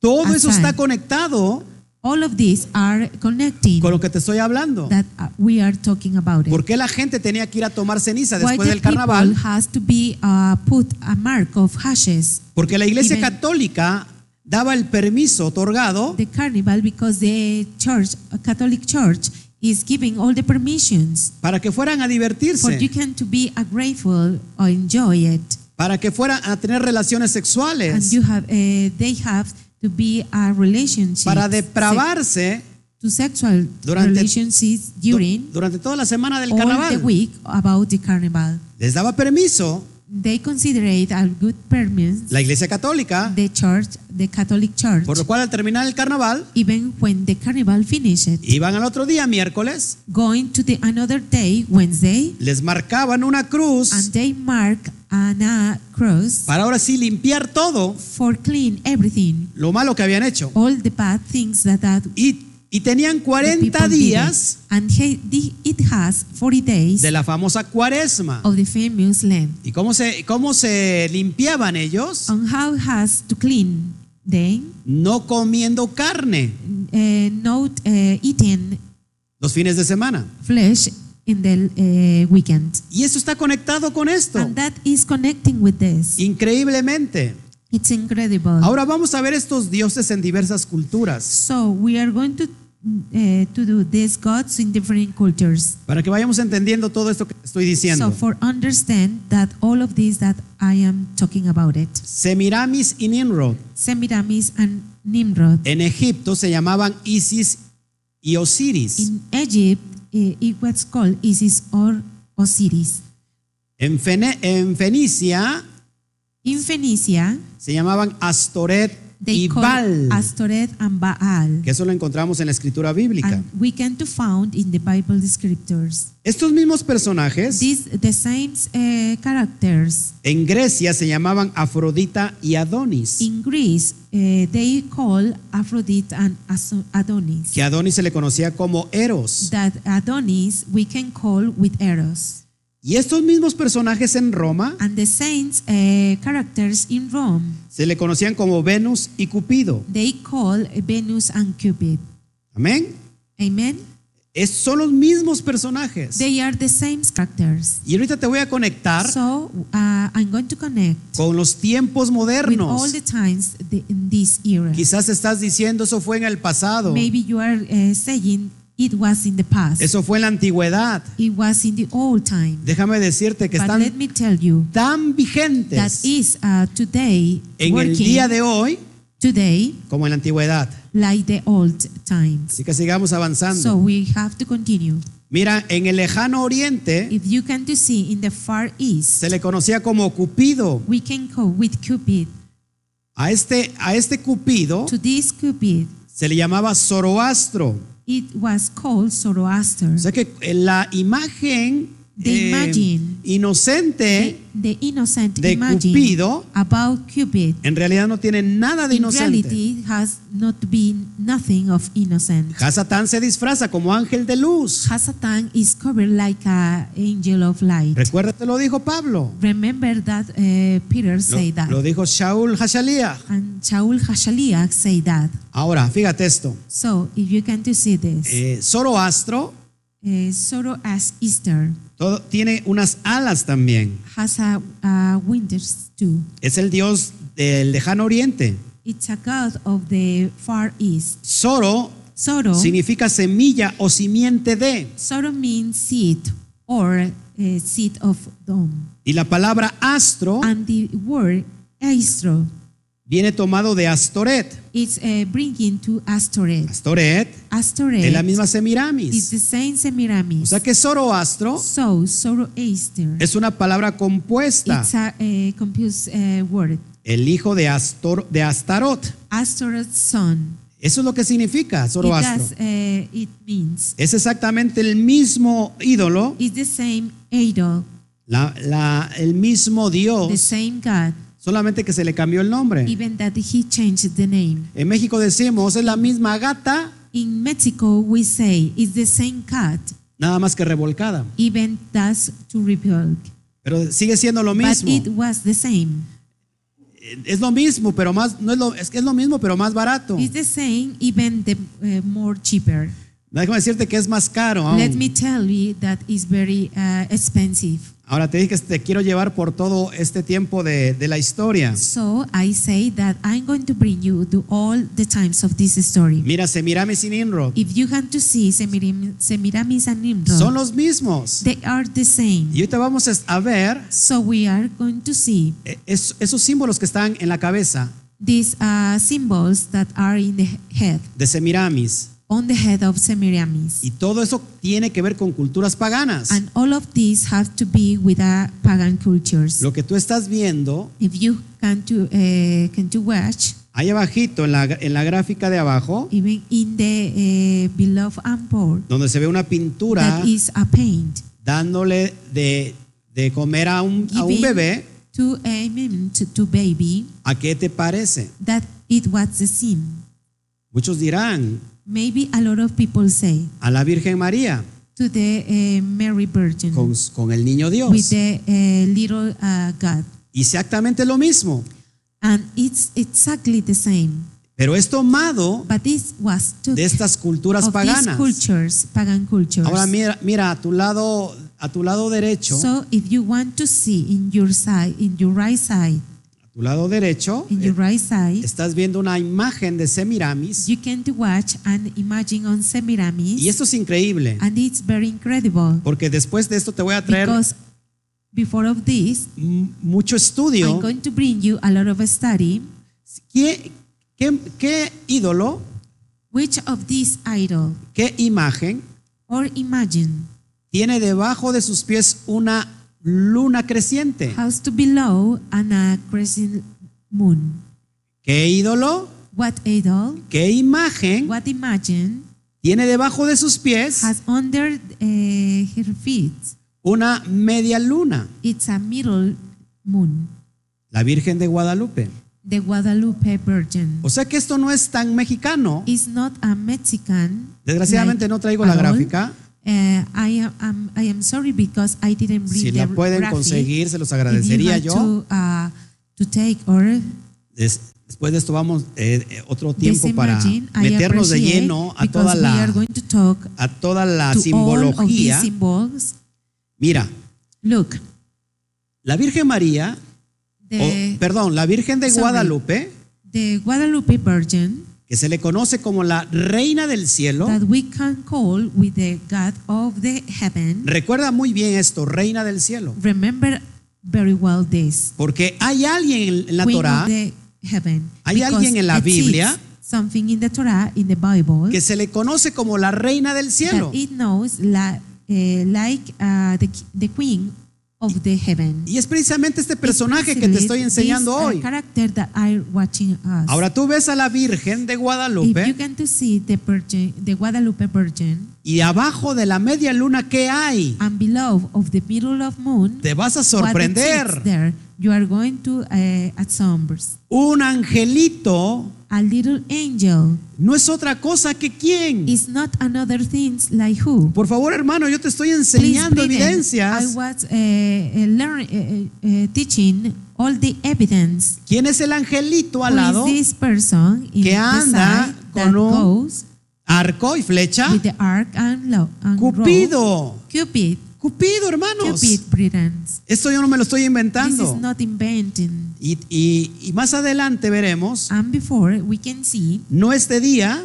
S1: Todo eso está
S2: Advent.
S1: conectado
S2: all of these are connecting
S1: con lo que te estoy hablando.
S2: that uh, we are talking about it
S1: ¿Por qué la gente tenía que ir a tomar ceniza
S2: why
S1: después
S2: the
S1: del carnaval?
S2: people has to be uh, put a mark of hashes
S1: Porque la iglesia
S2: Even-
S1: católica daba el permiso otorgado
S2: the carnival because the church a Catholic church is giving all the permissions
S1: para que fueran a
S2: for you
S1: divertirse,
S2: can to be a grateful or enjoy it
S1: para que fueran a tener relaciones
S2: and
S1: sexuales,
S2: you have uh, they have to be a relationship
S1: para depravarse
S2: to sexual
S1: Durante-
S2: relationships
S1: du-
S2: during
S1: durante toda la semana del
S2: all the
S1: carnaval.
S2: week about the carnival.
S1: les daba permiso
S2: They consider it a good permit,
S1: la iglesia católica,
S2: the church, the Catholic Church,
S1: por lo cual al terminar el carnaval,
S2: even when the carnival finishes.
S1: iban al otro día, miércoles,
S2: Going to the another day, Wednesday,
S1: les marcaban una cruz
S2: and they mark an uh, cross
S1: para ahora sí limpiar todo
S2: for clean everything,
S1: lo malo que habían hecho.
S2: all the bad things that that the
S1: Y, y tenían 40
S2: people did.
S1: días
S2: And he- the- it has 40 days
S1: de la famosa cuaresma.
S2: of the famous lamb.
S1: ¿Y cómo se, cómo se limpiaban ellos?
S2: On how has to clean them?
S1: No comiendo carne
S2: uh, not uh, eating
S1: los fines de semana.
S2: flesh in the uh, weekend.
S1: Y eso está conectado con esto,
S2: And that is connecting with this.
S1: increíblemente.
S2: It's incredible.
S1: Ahora vamos a ver estos dioses en diversas culturas,
S2: so we are going to uh, to do these gods in different cultures.
S1: para que vayamos entendiendo todo esto que te estoy
S2: So
S1: diciendo.
S2: for understand that all of these that I am talking about it.
S1: Semiramis y Nimrod.
S2: Semiramis and Nimrod.
S1: En Egipto se llamaban Isis y Osiris.
S2: In Egypt, eh, it was called Isis or Osiris.
S1: En, Fene- en Fenicia
S2: In Phoenicia,
S1: se llamaban Astoret
S2: they
S1: y Baal,
S2: called Astoret and Baal.
S1: que eso lo encontramos en la escritura bíblica.
S2: and we can to found in the Bible scriptures.
S1: Estos mismos personajes
S2: These the same uh, characters
S1: en Grecia se llamaban Afrodita y Adonis,
S2: in Greece uh, they call Aphrodite and Aso- Adonis.
S1: que a Adonis se le conocía como Eros.
S2: That Adonis we can call with Eros,
S1: Y estos mismos personajes en Roma
S2: and the saints uh, characters in Rome
S1: se le conocían como Venus y Cupido.
S2: they call Venus and Cupid.
S1: Amén.
S2: Amen.
S1: Es, son los mismos personajes.
S2: They are the same characters.
S1: Y ahorita te voy a conectar
S2: So uh, I'm going to connect
S1: con los tiempos
S2: with all
S1: modernos.
S2: the times the, in this era.
S1: Quizás estás diciendo eso fue en el pasado,
S2: Maybe you are uh, saying it was in the past.
S1: eso fue en la antigüedad.
S2: It was in the old time.
S1: Déjame decirte que
S2: But let
S1: están
S2: me tell you
S1: tan
S2: that
S1: vigentes
S2: is uh, today
S1: en el
S2: working
S1: día de hoy
S2: today
S1: como en la antigüedad.
S2: like the old times.
S1: Así que sigamos avanzando.
S2: So we have to continue.
S1: Mira, en el lejano oriente
S2: If you can to see in the far east,
S1: se le conocía como Cupido.
S2: we can go with Cupid.
S1: A este, a este Cupido
S2: To this Cupid,
S1: se le llamaba Zoroastro.
S2: it was called Zoroaster,
S1: O sea que eh, la imagen eh,
S2: The imagine.
S1: inocente
S2: the innocent
S1: de
S2: imagine
S1: Cupido.
S2: about Cupid.
S1: en realidad no tiene nada de
S2: In
S1: inocente.
S2: reality, has not been nothing of innocent.
S1: Hasatán se disfraza como ángel de luz.
S2: Hasatan is covered like an angel of light.
S1: Recuerda, te lo dijo Pablo.
S2: Remember that uh, Peter
S1: Lo,
S2: said that,
S1: lo dijo Shaul Hashalía.
S2: and Shaul Hashaliah said that.
S1: Ahora, fíjate esto.
S2: So, if you can to see this,
S1: Eh, Zoroastro
S2: uh, Zoroaster
S1: todo- tiene unas alas también.
S2: has a, a winters too.
S1: Es el dios del lejano oriente.
S2: It's a god of the far east.
S1: Zoro
S2: Zoro,
S1: significa semilla o simiente de.
S2: Zoro means seed or uh, seed of dome,
S1: Y la palabra astro
S2: and the word astro
S1: viene tomado de Astoret.
S2: is uh, bringing to Astoret.
S1: Astoret es la
S2: Astoret
S1: misma
S2: is
S1: Semiramis.
S2: the same
S1: O
S2: Semiramis.
S1: sea que Zoroastro
S2: So, Zoroaster.
S1: es una palabra compuesta.
S2: It's a, eh, confused eh, word.
S1: El hijo de, Astor, de Astarot.
S2: Astaroth's son.
S1: Eso es lo que significa
S2: It,
S1: Zoroastro.
S2: does, eh, it means
S1: Es exactamente el mismo ídolo,
S2: it's the same idol,
S1: la- la- el mismo
S2: the
S1: Dios,
S2: same God,
S1: solamente que se le cambió el nombre.
S2: even that he changed the name.
S1: En México decimos, es la misma gata,
S2: In Mexico, we say it's the same cat,
S1: nada más que revolcada.
S2: even that's to rebuild.
S1: Pero sigue siendo lo
S2: But
S1: mismo. Eh,
S2: it was the same.
S1: Es lo mismo, pero más, no es, lo, es que es lo mismo, pero más barato.
S2: It's the same, even the eh, more cheaper.
S1: Déjame decirte que es más caro. aún.
S2: Let me tell you that it's very uh, expensive.
S1: Ahora te dije que te quiero llevar por todo este tiempo de, de la historia.
S2: So I say that I'm going to bring you to all the times of this story.
S1: Mira, Semiramis y Nimrod
S2: If you have to see Semirim- Semiramis and
S1: son
S2: Nimrod,
S1: los mismos.
S2: they are the same.
S1: Y ahorita vamos a- a ver
S2: So we are going to see
S1: eh, es- esos símbolos que están en la cabeza
S2: these uh, symbols that are in the head,
S1: de Semiramis.
S2: on the head of Semiramis.
S1: Y todo eso tiene que ver con culturas paganas.
S2: And all of these have to be with uh, pagan cultures.
S1: Lo que tú estás viendo
S2: If you can to, uh, can to watch,
S1: ahí abajito en la, en la gráfica de abajo,
S2: even in the uh, below Ampor,
S1: donde se ve una pintura
S2: that is a paint.
S1: dándole de, de comer a un, a un
S2: Giving
S1: bebé,
S2: to a mim- to, to baby
S1: ¿a qué te parece?
S2: that it was the sin.
S1: Muchos dirán,
S2: Maybe a lot of people say
S1: a la Virgen María
S2: to the uh, Mary Virgin
S1: con, con el niño
S2: with
S1: Dios.
S2: the uh, little uh, God,
S1: Exactamente lo mismo,
S2: and it's exactly the same.
S1: pero es tomado
S2: But this was to
S1: de estas culturas
S2: of these
S1: paganas.
S2: cultures, pagan cultures.
S1: Ahora mira, mira a tu lado, a tu lado derecho,
S2: so if you want to see in your side, in your right side,
S1: a tu lado derecho,
S2: in your
S1: eh,
S2: right side,
S1: estás viendo una imagen de Semiramis
S2: you can watch an imaging on Semiramis,
S1: y esto es increíble,
S2: and it's very incredible
S1: porque después de esto te voy a traer
S2: because before of this,
S1: m- mucho
S2: I'm
S1: estudio.
S2: going to bring you a lot of study.
S1: ¿Qué, qué, qué ídolo,
S2: Which of these idol
S1: qué imagen
S2: or imagine
S1: tiene debajo de sus pies una luna creciente?
S2: has to below an a crescent moon?
S1: ¿Qué ídolo,
S2: What idol?
S1: qué imagen
S2: What imagine
S1: tiene debajo de sus pies
S2: has under uh, her feet?
S1: una media luna?
S2: It's a middle moon,
S1: La Virgen de Guadalupe.
S2: the Guadalupe Virgin.
S1: O sea que esto no es tan mexicano.
S2: It's not a Mexican.
S1: Desgraciadamente no traigo la
S2: at all.
S1: gráfica.
S2: Eh, I am I'm- I am sorry because I didn't bring
S1: Si
S2: the
S1: la pueden
S2: graphic.
S1: conseguir, se los
S2: If you
S1: agradecería
S2: have
S1: yo.
S2: to, uh, to take or
S1: Des- Después de esto vamos eh, eh, otro tiempo para
S2: Imagine, I
S1: meternos de
S2: appreciate
S1: lleno a
S2: because
S1: toda
S2: we are
S1: la,
S2: going to talk
S1: a toda la
S2: to all of these
S1: simbología.
S2: symbols.
S1: Mira,
S2: Look,
S1: la Virgen María,
S2: the,
S1: o, perdón, la Virgen de
S2: sorry.
S1: Guadalupe,
S2: the Guadalupe Virgin
S1: que se le conoce como la Reina del Cielo,
S2: that we can call with the God of the heaven.
S1: recuerda muy bien esto, Reina del Cielo,
S2: Remember very well this.
S1: porque hay alguien en la
S2: Queen
S1: Torá
S2: of the heaven.
S1: Hay
S2: because
S1: alguien en la
S2: exists
S1: Biblia
S2: Something in the Torah, in the Bible,
S1: que se le conoce como la Reina del
S2: that
S1: Cielo.
S2: it knows la, eh, like uh, the, the queen of the heaven.
S1: Y es precisamente este personaje que te
S2: Precisely,
S1: estoy
S2: this
S1: enseñando
S2: are
S1: hoy.
S2: character that are watching us.
S1: Ahora tú ves a la Virgen de
S2: if you
S1: Guadalupe
S2: can to see the Virgin, the Guadalupe Virgin,
S1: y abajo de la media luna, ¿qué hay?
S2: and below of the middle of moon,
S1: Te vas a
S2: what it sits
S1: sorprender.
S2: there, you are going to uh, assombr.
S1: Un angelito
S2: A little angel
S1: no es otra cosa que quién.
S2: is not another things like who.
S1: Por favor, hermano, yo te estoy
S2: Please
S1: enseñando
S2: read it.
S1: evidencias.
S2: I was uh, uh, learn, uh, uh, uh, teaching all the evidence
S1: ¿Quién es el angelito al lado?
S2: Who is this person in
S1: que
S2: the
S1: anda
S2: side
S1: con
S2: that
S1: un
S2: goes
S1: Arco y flecha.
S2: with the arc and lo- and rope?
S1: Cupido.
S2: Cupid.
S1: Cupido, hermanos.
S2: Cupid pretends.
S1: Esto yo no me lo estoy
S2: This is
S1: inventando.
S2: not inventing.
S1: Y, y- y más adelante veremos,
S2: And before we can see,
S1: no este día,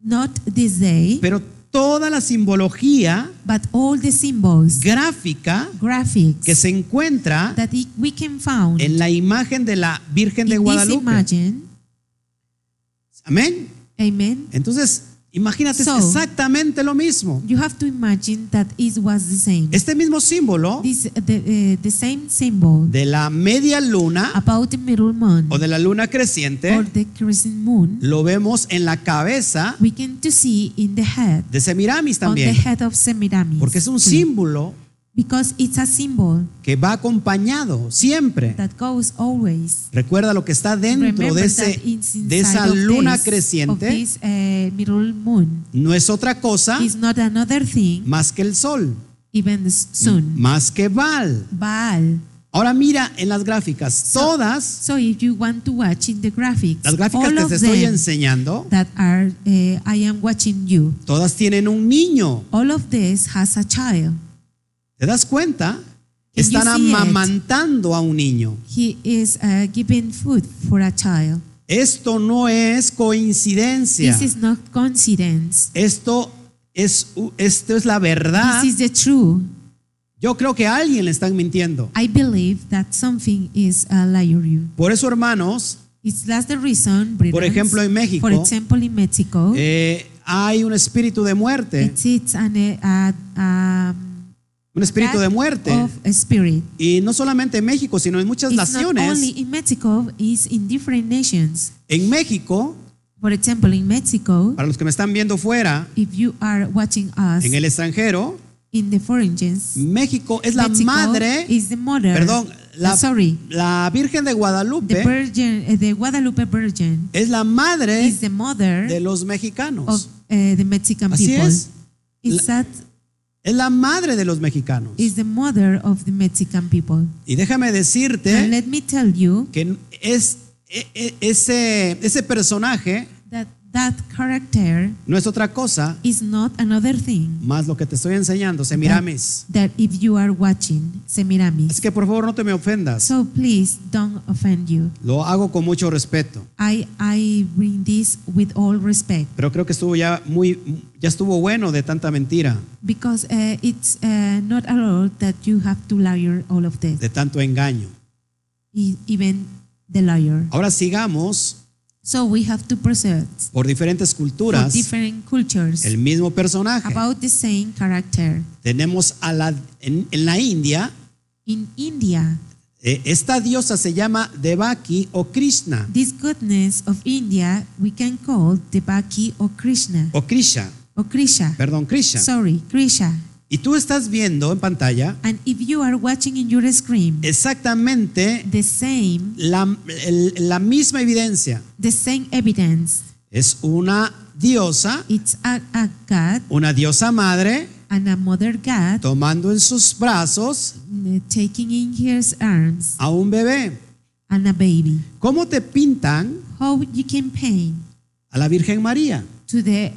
S2: not this day,
S1: pero toda la simbología
S2: but all the symbols,
S1: gráfica que
S2: graphics
S1: se encuentra
S2: that it- we can found
S1: en la imagen de la Virgen de
S2: in this
S1: Guadalupe.
S2: imagine.
S1: Amén.
S2: Amen.
S1: Entonces, imagínate es
S2: So,
S1: exactamente lo mismo.
S2: You have to imagine that it was the same.
S1: Este mismo símbolo
S2: This the, uh, the same symbol
S1: de la media luna
S2: about the middle moon
S1: o de la luna
S2: or
S1: creciente
S2: the crescent moon.
S1: lo vemos en la cabeza
S2: we can to see in the head
S1: de Semiramis
S2: on the
S1: también,
S2: head of Semiramis
S1: porque es un
S2: too,
S1: símbolo
S2: because it's a symbol
S1: que va acompañado siempre.
S2: that goes always
S1: Recuerda lo que está dentro
S2: Remember
S1: de,
S2: that
S1: ese,
S2: it's
S1: de
S2: inside
S1: esa
S2: of
S1: luna
S2: this- of
S1: creciente, ¿Ah?
S2: this, eh, middle moon
S1: no es otra cosa
S2: is not another thing
S1: más que el sol,
S2: even the sun
S1: más que Baal.
S2: Baal
S1: Ahora mira en las gráficas, todas
S2: so if you want to watch in the graphics
S1: las gráficas
S2: all
S1: que
S2: of
S1: te estoy
S2: them
S1: enseñando,
S2: that are eh, I am watching you
S1: todas tienen un niño.
S2: all of this has a child
S1: ¿Te das cuenta?
S2: you
S1: Están
S2: see it?
S1: amamantando a un niño.
S2: he is uh, giving food for a child
S1: Esto no es coincidencia.
S2: this is not coincidence
S1: Esto es, esto es la verdad.
S2: This is the truth.
S1: Yo creo que a alguien le están mintiendo.
S2: I believe that something is a liar you.
S1: Por eso, hermanos,
S2: It's that's the reason. Britons,
S1: Por ejemplo, en México,
S2: For example, in Mexico,
S1: eh, hay un espíritu de muerte,
S2: Oh. it's, it's an eh, a- um,
S1: un espíritu de
S2: attack
S1: muerte.
S2: of a spirit.
S1: Y no solamente en México, sino en muchas
S2: It's not only
S1: naciones.
S2: in Mexico. It's in different nations.
S1: En México,
S2: For example, in Mexico,
S1: para los que me están viendo fuera,
S2: if you are watching us
S1: en el extranjero,
S2: in the foreign gens,
S1: México es la
S2: Mexico
S1: madre,
S2: is the mother.
S1: perdón, la,
S2: Uh, sorry,
S1: la Virgen de
S2: the
S1: Guadalupe
S2: Virgin, eh, the Guadalupe Virgin
S1: es la madre
S2: is the mother
S1: de los
S2: of
S1: mexicanos.
S2: eh, the Mexican
S1: Así
S2: people.
S1: es.
S2: It's that
S1: Es la madre de los mexicanos.
S2: is the mother of the Mexican people.
S1: Y déjame
S2: And
S1: decirte
S2: let me tell you
S1: que es, e- e- ese, ese personaje
S2: that that character
S1: no es otra cosa
S2: is not another thing
S1: más lo que te estoy enseñando, Semiramis.
S2: that if you are watching Semiramis.
S1: Así que por favor no te me ofendas.
S2: So please don't offend you.
S1: Lo hago con mucho respeto,
S2: I I bring this with all respect
S1: pero creo que estuvo ya muy ya estuvo bueno de tanta mentira,
S2: because uh, it's uh, not allowed that you have to liar all of this,
S1: de tanto engaño.
S2: e- even the liar.
S1: Ahora sigamos
S2: So we have to proceed
S1: por diferentes
S2: for
S1: culturas
S2: different cultures
S1: el mismo personaje.
S2: about the same character.
S1: Tenemos a la en, en la India
S2: In India,
S1: eh, esta diosa se llama Devaki o Krishna
S2: This goodness of India we can call Devaki or Krishna
S1: o Krisha,
S2: or Krisha.
S1: perdón, Krisha.
S2: Sorry, Krisha.
S1: Y tú estás viendo en pantalla
S2: And if you are watching in your screen
S1: exactamente
S2: the same
S1: la, el- la misma evidencia.
S2: the same evidence,
S1: Es una diosa,
S2: it's a, a god
S1: una diosa madre,
S2: and a mother god
S1: tomando en sus brazos
S2: uh, taking in his arms
S1: a un bebé.
S2: and a baby.
S1: ¿Cómo te pintan
S2: How you can paint
S1: a la Virgen María?
S2: to the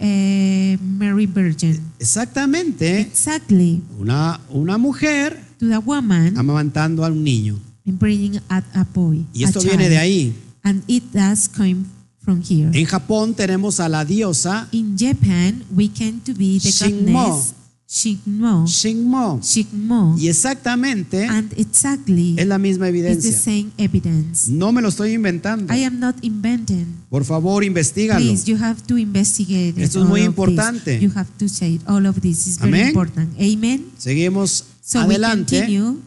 S2: uh, Mary Virgin.
S1: Exactamente
S2: Exactly,
S1: una, una mujer
S2: to the woman
S1: amamantando a un niño.
S2: and bringing up a boy.
S1: Y
S2: a
S1: esto
S2: child.
S1: viene de ahí. Eh.
S2: And it does come from here.
S1: En Japón tenemos a la diosa
S2: In Japan, we can to be the
S1: Shinmo.
S2: goddess Shigmo,
S1: Shingmo.
S2: Shigmo,
S1: Y exactamente
S2: and exactly
S1: es la misma
S2: is the
S1: evidencia.
S2: same evidence.
S1: No me lo estoy inventando.
S2: I am not inventing.
S1: Por favor, investigalo.
S2: Please, you have to investigate.
S1: Esto es
S2: all
S1: muy
S2: of this.
S1: importante.
S2: You have to say it. all of this is very
S1: Amén.
S2: important. Amen.
S1: Seguimos
S2: So we
S1: adelante.
S2: continue.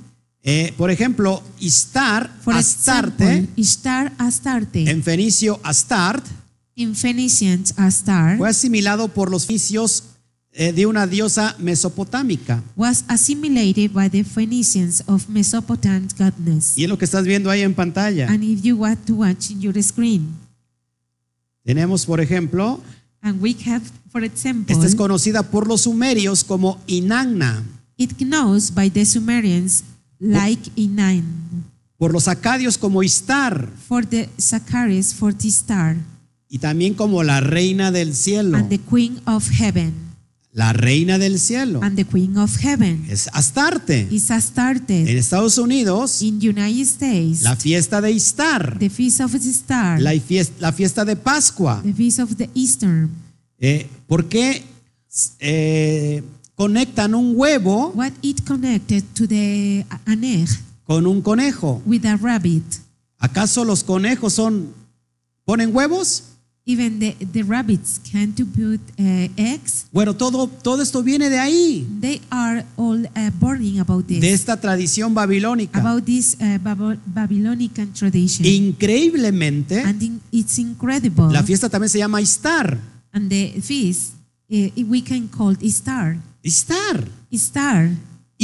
S1: Eh, por ejemplo, Istar,
S2: For
S1: Astarte,
S2: example, Ishtar Astarte
S1: en fenicio Astart,
S2: in Phoenicians Astar
S1: fue asimilado por los fenicios eh, de una diosa mesopotámica.
S2: was assimilated by the Phoenicians of Mesopotamian goddess.
S1: Y es lo que estás viendo ahí en pantalla.
S2: And if you want to watch in your screen,
S1: Tenemos, por ejemplo,
S2: and we have, for example,
S1: esta es conocida por los sumerios como Inanna,
S2: it knows by the
S1: Oh.
S2: Sumerians like Inan,
S1: por los acadios como Istar
S2: for the Zacharis, for the star,
S1: y también como la reina del cielo.
S2: and the queen of heaven,
S1: La reina del cielo
S2: and the queen of heaven
S1: es Astarte.
S2: is Astarte.
S1: En Estados Unidos,
S2: in United States,
S1: la fiesta de Istar,
S2: the feast of the star,
S1: la fies- la fiesta de Pascua.
S2: the feast of the Easter.
S1: Eh, ¿Por qué eh, conectan un huevo
S2: What it connected to the an egg
S1: con un conejo?
S2: with a rabbit.
S1: ¿Acaso los conejos son ponen huevos?
S2: Even the, the rabbits can to put uh, eggs.
S1: Bueno, todo, todo esto viene de ahí,
S2: They are all uh, burning about
S1: de
S2: this,
S1: esta tradición babilónica.
S2: about this uh, Babo- Babylonian tradition.
S1: Increíblemente,
S2: and in, it's incredible.
S1: la fiesta también se llama Istar.
S2: and the feast, eh, we can call it star.
S1: Istar.
S2: Star.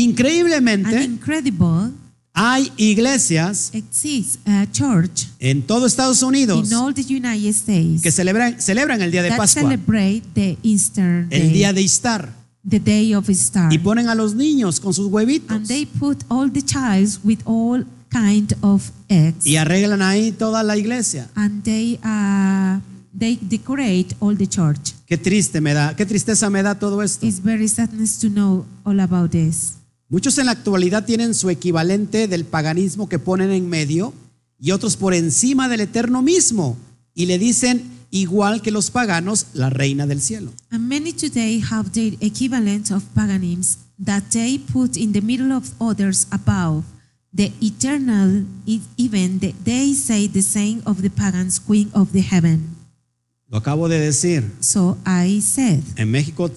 S2: And
S1: Increíblemente,
S2: incredible
S1: hay iglesias
S2: exists a church
S1: en todo Estados Unidos
S2: in all the United States
S1: que celebran, celebran el día de
S2: that
S1: Pascua,
S2: celebrate the Easter
S1: el
S2: day,
S1: día de Istar,
S2: the day of Easter.
S1: y ponen a los niños con sus huevitos
S2: And they put all the childs with all kind of eggs,
S1: y arreglan ahí toda la iglesia.
S2: and they uh, they decorate all the church.
S1: Qué triste me da, qué tristeza me da todo esto.
S2: It's very sadness to know all about this.
S1: Muchos en la actualidad tienen su equivalente del paganismo que ponen en medio y otros por encima del eterno mismo y le dicen, igual que los paganos, la reina del cielo.
S2: And many today have their equivalent of paganism that they put in the middle of others above the eternal, e- even the, they say the saying of the pagans, queen of the heaven.
S1: Lo acabo de decir.
S2: So I said,
S1: En México,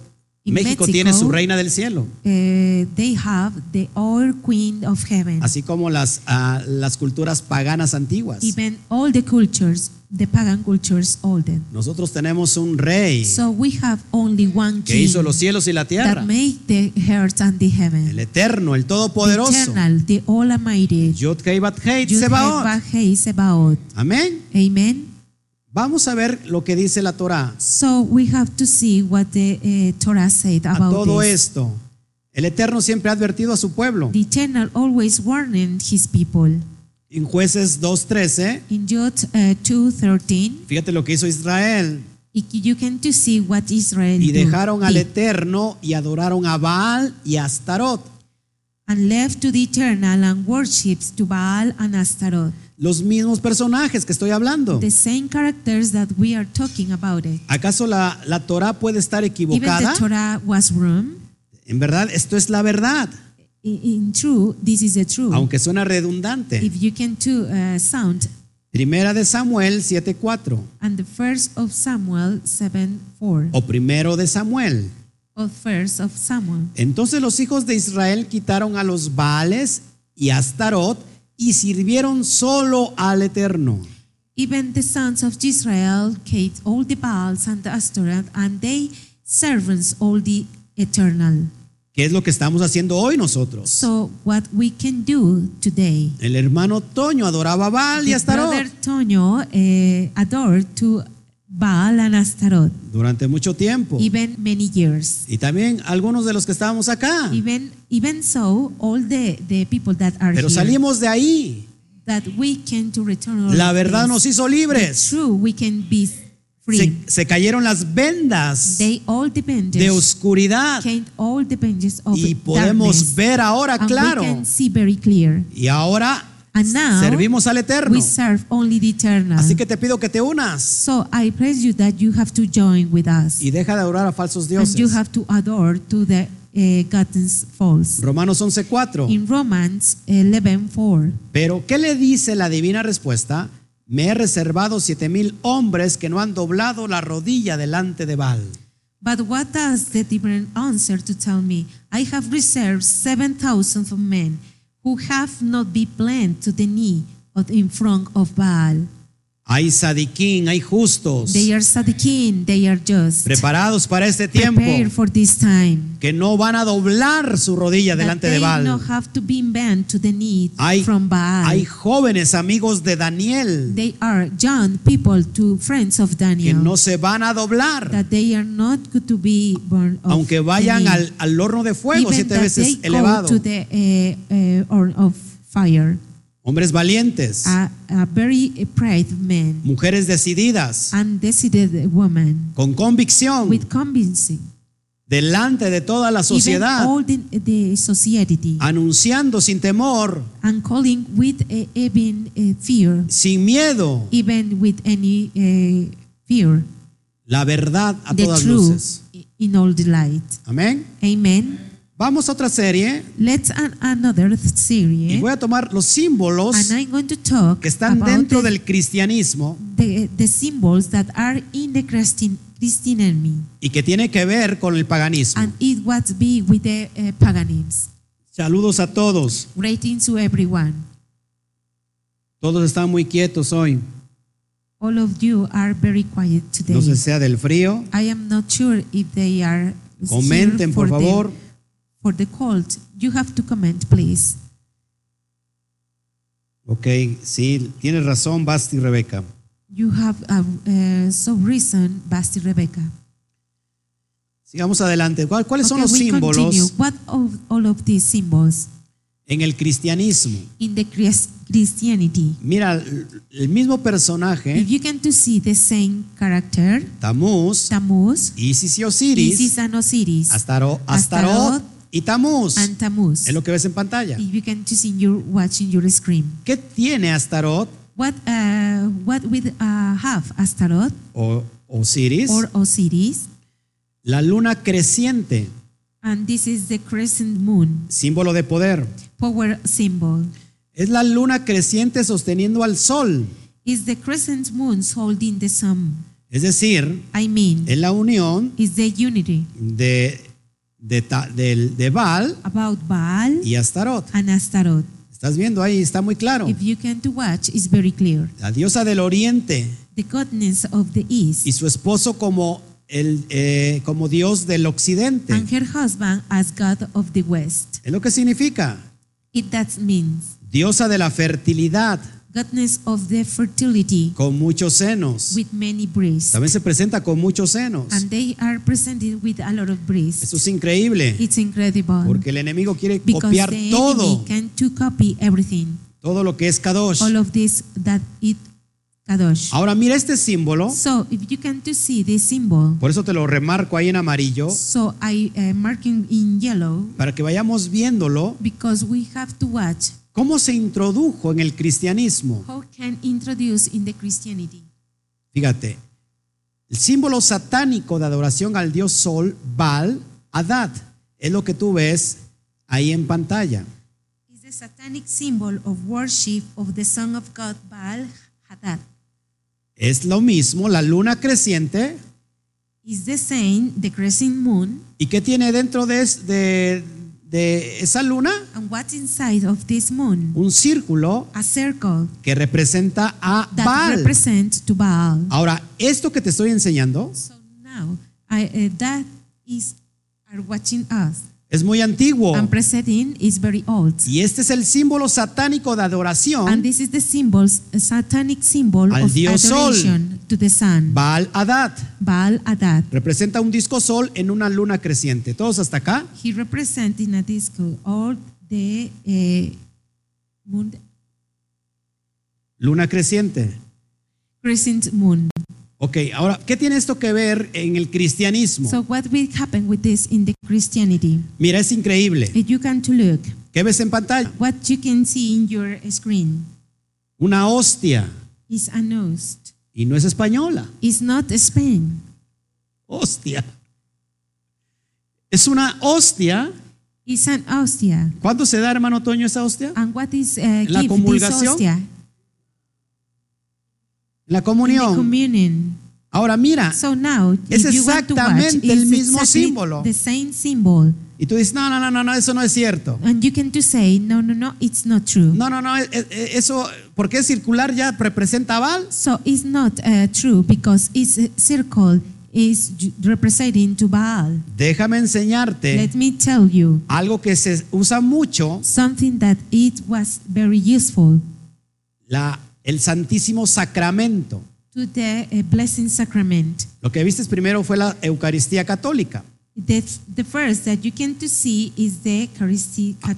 S2: En
S1: México
S2: México.
S1: tiene su reina del cielo,
S2: eh, they have the all queen of heaven.
S1: así como las, ah, las culturas paganas antiguas.
S2: Even all the cultures, the pagan cultures, all them.
S1: Nosotros tenemos un rey
S2: So we have only one
S1: que
S2: king
S1: hizo los cielos y la
S2: that
S1: tierra,
S2: made the earth and the
S1: el
S2: heaven,
S1: eterno, el
S2: the
S1: todopoderoso.
S2: eternal, the all-almighty,
S1: Yod-Hei Bat-Hei Tsebaot.
S2: Yud-Heh-Vah-Heh Sebaot.
S1: Amén.
S2: Amen.
S1: Vamos a ver lo que dice la Torá.
S2: So we have to see what the uh, Torah said
S1: a
S2: about
S1: todo
S2: this.
S1: esto. El Eterno siempre ha advertido a su pueblo.
S2: The eternal always warning his people.
S1: En jueces 2.13,
S2: In Jude uh, 2.13,
S1: fíjate lo que hizo Israel.
S2: it- you can to see what Israel
S1: Y
S2: do-
S1: dejaron al
S2: did,
S1: Eterno y adoraron a Baal y a Astarot.
S2: and left to the eternal and worships to Baal and Astaroth.
S1: Los mismos personajes que estoy hablando.
S2: The same characters that we are talking about it.
S1: ¿Acaso la, la Torah puede estar
S2: Even the
S1: equivocada?
S2: Torah was wrong.
S1: En verdad, esto es la verdad,
S2: In, in true, this is the truth.
S1: aunque suena redundante.
S2: If you can to uh, sound
S1: Primera de Samuel 7.4
S2: and the first of Samuel 7 4
S1: o primero de Samuel.
S2: or first of Samuel.
S1: Entonces los hijos de Israel quitaron a los Baales y a Astarot y sirvieron solo al Eterno.
S2: Even the sons of Israel kept all the Baals and the Ashtaroth, and they servants all the eternal.
S1: ¿Qué es lo que estamos haciendo hoy nosotros?
S2: So what we can do today.
S1: El hermano Toño adoraba a Baal y a
S2: The brother
S1: Astarot
S2: Tonio eh, adored to Baal and Ashtaroth,
S1: durante mucho tiempo.
S2: even many years.
S1: Y también algunos de los que estábamos acá.
S2: Even even so, all the, the people that are
S1: Pero
S2: here,
S1: salimos de ahí.
S2: that we can to return all
S1: La
S2: of
S1: verdad
S2: this.
S1: nos hizo libres.
S2: True, we can be
S1: Se,
S2: free.
S1: se cayeron las vendas
S2: They all depend
S1: de oscuridad
S2: came all the benches of
S1: y
S2: darkness,
S1: podemos ver ahora
S2: and
S1: claro.
S2: we can see very clear.
S1: Y ahora
S2: And now
S1: servimos al Eterno.
S2: we serve only the eternal.
S1: Así que te pido que te unas.
S2: so I praise you that you have to join with us,
S1: y deja de adorar a falsos
S2: and you
S1: dioses.
S2: have to adore to the uh, gotten false.
S1: Romanos 11:4.
S2: In Romans 11:4,
S1: Pero, ¿qué le dice la divina respuesta? Me he reservado siete mil hombres que no han doblado la rodilla delante de Baal.
S2: but what does the different answer to tell me? I have reserved seven thousand of men who have not been bent to the knee of- in front of Baal.
S1: Hay sadiquín, hay justos,
S2: They are sadikim, they are just.
S1: preparados para este tiempo,
S2: Prepare for this time.
S1: que no van a doblar su rodilla
S2: That
S1: delante
S2: they
S1: de
S2: not
S1: Baal.
S2: have to be bent to the knee
S1: Hay,
S2: from Baal.
S1: hay jóvenes amigos de Daniel
S2: they are young people to friends of
S1: que
S2: Daniel.
S1: no se van a doblar,
S2: that they are not good to be born of
S1: aunque vayan
S2: the
S1: al, al horno de
S2: knee,
S1: fuego
S2: even
S1: siete
S2: that
S1: veces
S2: they go
S1: elevado.
S2: to the uh, uh, horn of fire
S1: Hombres valientes,
S2: a, a very brave man
S1: mujeres decididas,
S2: and decided woman
S1: con convicción,
S2: Ah. with convincing
S1: delante de toda la
S2: even
S1: sociedad,
S2: all the, the society
S1: anunciando sin temor,
S2: and calling with uh, even uh, fear
S1: sin miedo,
S2: even with any uh, fear
S1: la verdad a
S2: the
S1: todas luces.
S2: truth in all the light
S1: Amén.
S2: amen
S1: Vamos a otra serie
S2: let's add another
S1: y
S2: series
S1: voy a tomar los símbolos
S2: and I'm going to talk
S1: que están
S2: about
S1: dentro
S2: the-
S1: del cristianismo
S2: the, the symbols that are in the Christian, Christian enemy,
S1: y que tiene que ver con el paganismo.
S2: and it was be with the uh, paganisms.
S1: Saludos a todos.
S2: Greetings to everyone.
S1: Todos están muy quietos hoy.
S2: All of you are very quiet today.
S1: No sé sea del frío.
S2: I am not sure if they are here
S1: Comenten, por
S2: for the-
S1: favor.
S2: for the cold. You have to comment, please.
S1: Ok, sí, tienes razón, Basti y Rebeca.
S2: You have a, uh, some reason, Basti Rebecca.
S1: Sigamos adelante. ¿Cuál- ¿Cuáles son los
S2: Okay, we continue.
S1: símbolos
S2: What of all of these symbols
S1: en el cristianismo?
S2: in the Chris- Christianity?
S1: Mira, l- el mismo
S2: If
S1: personaje,
S2: you can to see the same character,
S1: Tamuz,
S2: Tammuz,
S1: Isis y Osiris,
S2: Isis and Osiris
S1: Astaro- Astaroth
S2: Astaroth
S1: y Tamuz.
S2: and Tammuz.
S1: Es lo que ves en pantalla.
S2: If you can just in your watching your screen.
S1: ¿Qué tiene Astaroth
S2: What uh, what with uh, have Astaroth
S1: o Osiris?
S2: or Osiris?
S1: La luna creciente,
S2: And this is the crescent moon
S1: símbolo de poder.
S2: power symbol.
S1: Es la luna creciente sosteniendo al sol.
S2: Is the crescent moons holding the sun?
S1: Es decir,
S2: I mean,
S1: es la unión
S2: is the unity
S1: de, de, Ta- del- de Baal
S2: about Baal
S1: y Astaroth.
S2: and Astaroth?
S1: Estás viendo ahí, está muy claro.
S2: If you can to watch, it's very clear.
S1: La diosa del oriente
S2: The godness of the east
S1: y su esposo como, el, eh, como dios del occidente.
S2: and her husband as god of the west.
S1: Es lo que significa.
S2: It that means
S1: Diosa de la fertilidad
S2: goodness of the fertility
S1: con muchos senos.
S2: with many breeds.
S1: También se presenta con muchos senos.
S2: And they are presented with a lot of breeds.
S1: Eso es increíble.
S2: It's incredible.
S1: Porque el enemigo quiere
S2: because
S1: copiar
S2: the
S1: todo,
S2: enemy can to copy everything.
S1: todo lo que es Kadosh.
S2: All of this that it Kadosh.
S1: Ahora mira este símbolo,
S2: So if you can to see this symbol,
S1: por eso te lo remarco ahí en amarillo,
S2: so I uh, marking in yellow
S1: para que vayamos viéndolo,
S2: because we have to watch
S1: cómo se introdujo en el cristianismo.
S2: how can introduce in the Christianity.
S1: Fíjate, el símbolo satánico de adoración al dios Sol, Baal, Adad, es lo que tú ves ahí en pantalla.
S2: Is the satanic symbol of worship of the Son of God Baal Hadad.
S1: Es lo mismo, la luna creciente,
S2: is the same, the crescent moon,
S1: ¿y qué tiene dentro de, es- de- de esa luna?
S2: and what's inside of this moon?
S1: Un círculo
S2: A circle
S1: que representa a
S2: that
S1: Baal.
S2: represents to Baal.
S1: Ahora, esto que te estoy enseñando
S2: So now, I, uh, that is are watching us.
S1: es muy antiguo.
S2: And presenting is very old.
S1: Y este es el símbolo satánico de
S2: And
S1: adoración
S2: this is the symbols, a satanic symbol
S1: Al
S2: of
S1: dios Sol.
S2: adoration to the sun,
S1: Baal Adad.
S2: Baal Adad.
S1: Representa un disco sol en una luna creciente. Todos hasta acá.
S2: He representing a disco all the uh, moon,
S1: Luna creciente.
S2: crescent moon.
S1: Ok, ahora, ¿qué tiene esto que ver en el cristianismo?
S2: So what will happen with this in the Christianity?
S1: Mira, es increíble.
S2: If you can to look,
S1: ¿Qué ves en pantalla?
S2: what you can see in your screen
S1: Una hostia.
S2: is a nose.
S1: Y no es española.
S2: It's not Spain.
S1: Hostia. Es una hostia.
S2: It's an hostia.
S1: ¿Cuándo se da, hermano Toño, esa hostia?
S2: And what is uh,
S1: La
S2: give this
S1: comulgación,
S2: hostia?
S1: La
S2: In the
S1: comunión.
S2: communion.
S1: Ahora mira,
S2: So now,
S1: Es
S2: if you want to watch,
S1: exactamente el
S2: it's
S1: mismo
S2: exactly
S1: símbolo.
S2: The same symbol.
S1: y tú dices, no, no, no, no, no, eso no es cierto.
S2: And you can to say, no, no, no, it's not true.
S1: No, no, no, e- e- eso, porque es circular ya representa vals.
S2: So it's not uh, true because its circle is ju- representing to Baal.
S1: Déjame enseñarte
S2: Let me tell you
S1: algo que se usa mucho,
S2: something that it was very useful
S1: la, el Santísimo Sacramento.
S2: to the uh, blessing sacrament.
S1: Lo que viste primero fue la Eucaristía Católica.
S2: The, the first that you can to see is the Eucharistic Cat-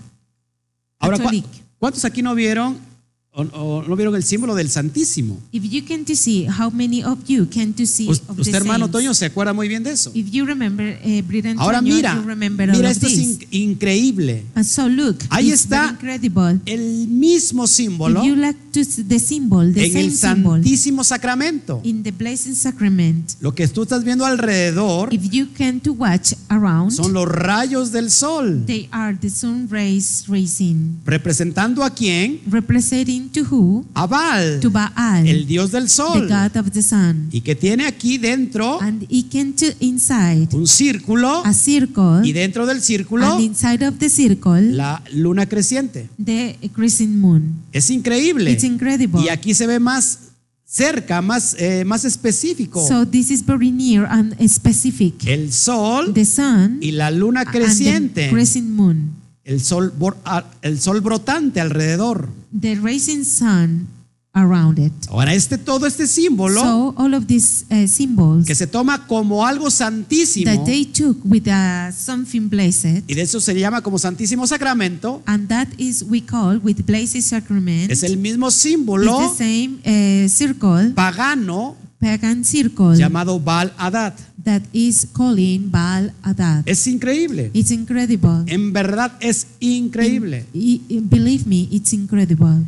S1: Ahora, ¿cu-
S2: Catholic.
S1: ¿cuántos aquí no vieron o, o no vieron el símbolo del Santísimo?
S2: If you can to see, how many of you can to see
S1: Us-
S2: of the
S1: Usted, hermano
S2: saints?
S1: Toño, se acuerda muy bien de eso.
S2: If you remember, uh, Britain
S1: Ahora
S2: Junior,
S1: mira,
S2: you remember all
S1: mira,
S2: of
S1: esto es
S2: this.
S1: in- increíble.
S2: And so look,
S1: Ahí
S2: it's very
S1: está
S2: incredible.
S1: El mismo símbolo
S2: If you like to see the symbol, the
S1: en
S2: same
S1: el
S2: symbol
S1: Santísimo Sacramento.
S2: in the blessing sacrament.
S1: Lo que tú estás viendo alrededor
S2: If you can to watch around,
S1: son los rayos del sol.
S2: they are the sun rays rising,
S1: ¿Representando a quién?
S2: representing to who?
S1: A Baal,
S2: To Baal,
S1: el dios del
S2: the
S1: sol.
S2: god of the sun.
S1: Y que tiene aquí dentro
S2: And it can to inside
S1: un círculo
S2: a circle,
S1: y dentro del círculo
S2: and inside of the circle,
S1: la luna creciente.
S2: the crescent moon.
S1: Es increíble.
S2: It's incredible.
S1: Y aquí se ve más cerca, más, eh, más específico.
S2: So this is very near and specific.
S1: El sol
S2: the sun
S1: y la luna
S2: and the
S1: creciente.
S2: crescent moon
S1: El sol, bor- ah, el sol brotante alrededor.
S2: the rising sun around it
S1: Ahora, este, todo este símbolo
S2: so all of these uh, symbols
S1: que se toma como algo santísimo,
S2: that they took with uh, something blessed
S1: y de eso se le llama como Santísimo Sacramento,
S2: and that is we call with blessed sacrament
S1: es el mismo
S2: is
S1: símbolo
S2: the same uh, circle
S1: pagano
S2: pagan circle
S1: llamado Baal Adad.
S2: that is calling Baal Adad
S1: Es increíble.
S2: it's incredible
S1: En verdad es increíble.
S2: I- I- believe me it's incredible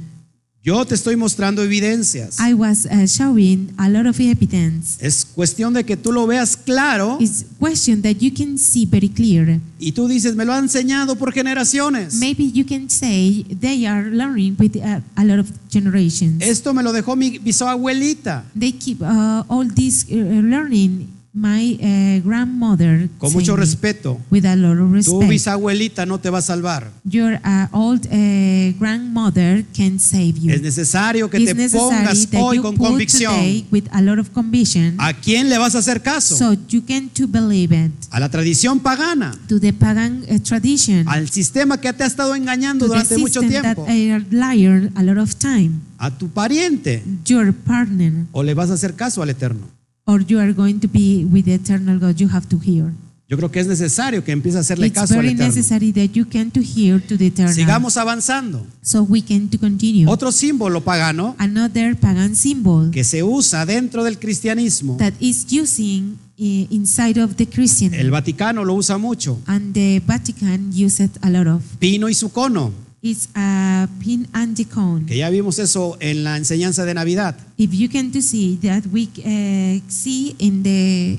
S1: Yo te estoy mostrando evidencias.
S2: I was uh, showing a lot of evidence
S1: Es cuestión de que tú lo veas claro
S2: It's question that you can see very clear.
S1: y tú dices, me lo han enseñado por generaciones.
S2: Maybe you can say they are learning with a, a lot of generations.
S1: Esto me lo dejó mi bisabuelita.
S2: they keep uh, all this uh, learning. My uh, grandmother,
S1: Con
S2: say
S1: mucho
S2: me,
S1: respeto,
S2: with a lot of
S1: tu
S2: respect,
S1: bisabuelita no te va a salvar.
S2: your uh, old uh, grandmother can save you.
S1: Es necesario que
S2: it's
S1: te
S2: necessary
S1: pongas
S2: that
S1: hoy
S2: you
S1: con
S2: put
S1: convicción.
S2: today with a lot of conviction,
S1: ¿A quién le vas a hacer caso?
S2: so you can to believe it
S1: a la tradición pagana,
S2: to the pagan uh, tradition,
S1: al sistema que te ha estado engañando
S2: to the
S1: durante mucho
S2: system that
S1: tiempo,
S2: are liar a lot of time.
S1: a tu pariente,
S2: your partner
S1: o le vas a hacer caso al Eterno.
S2: or you are going to be with the eternal God, you have to hear.
S1: Yo creo que es necesario que empieces a hacerle
S2: it's
S1: caso al
S2: very
S1: Eterno.
S2: necessary that you can to hear to the eternal.
S1: Sigamos avanzando.
S2: So we can to continue.
S1: Otro símbolo pagano
S2: Another pagan symbol
S1: que se usa dentro del cristianismo,
S2: that is using eh, inside of the Christian
S1: el Vaticano lo usa mucho,
S2: and the Vatican use it a lot of.
S1: pino y su cono,
S2: It's a pin and the cone.
S1: que ya vimos eso en la enseñanza de Navidad,
S2: If you can to see that we eh, see in the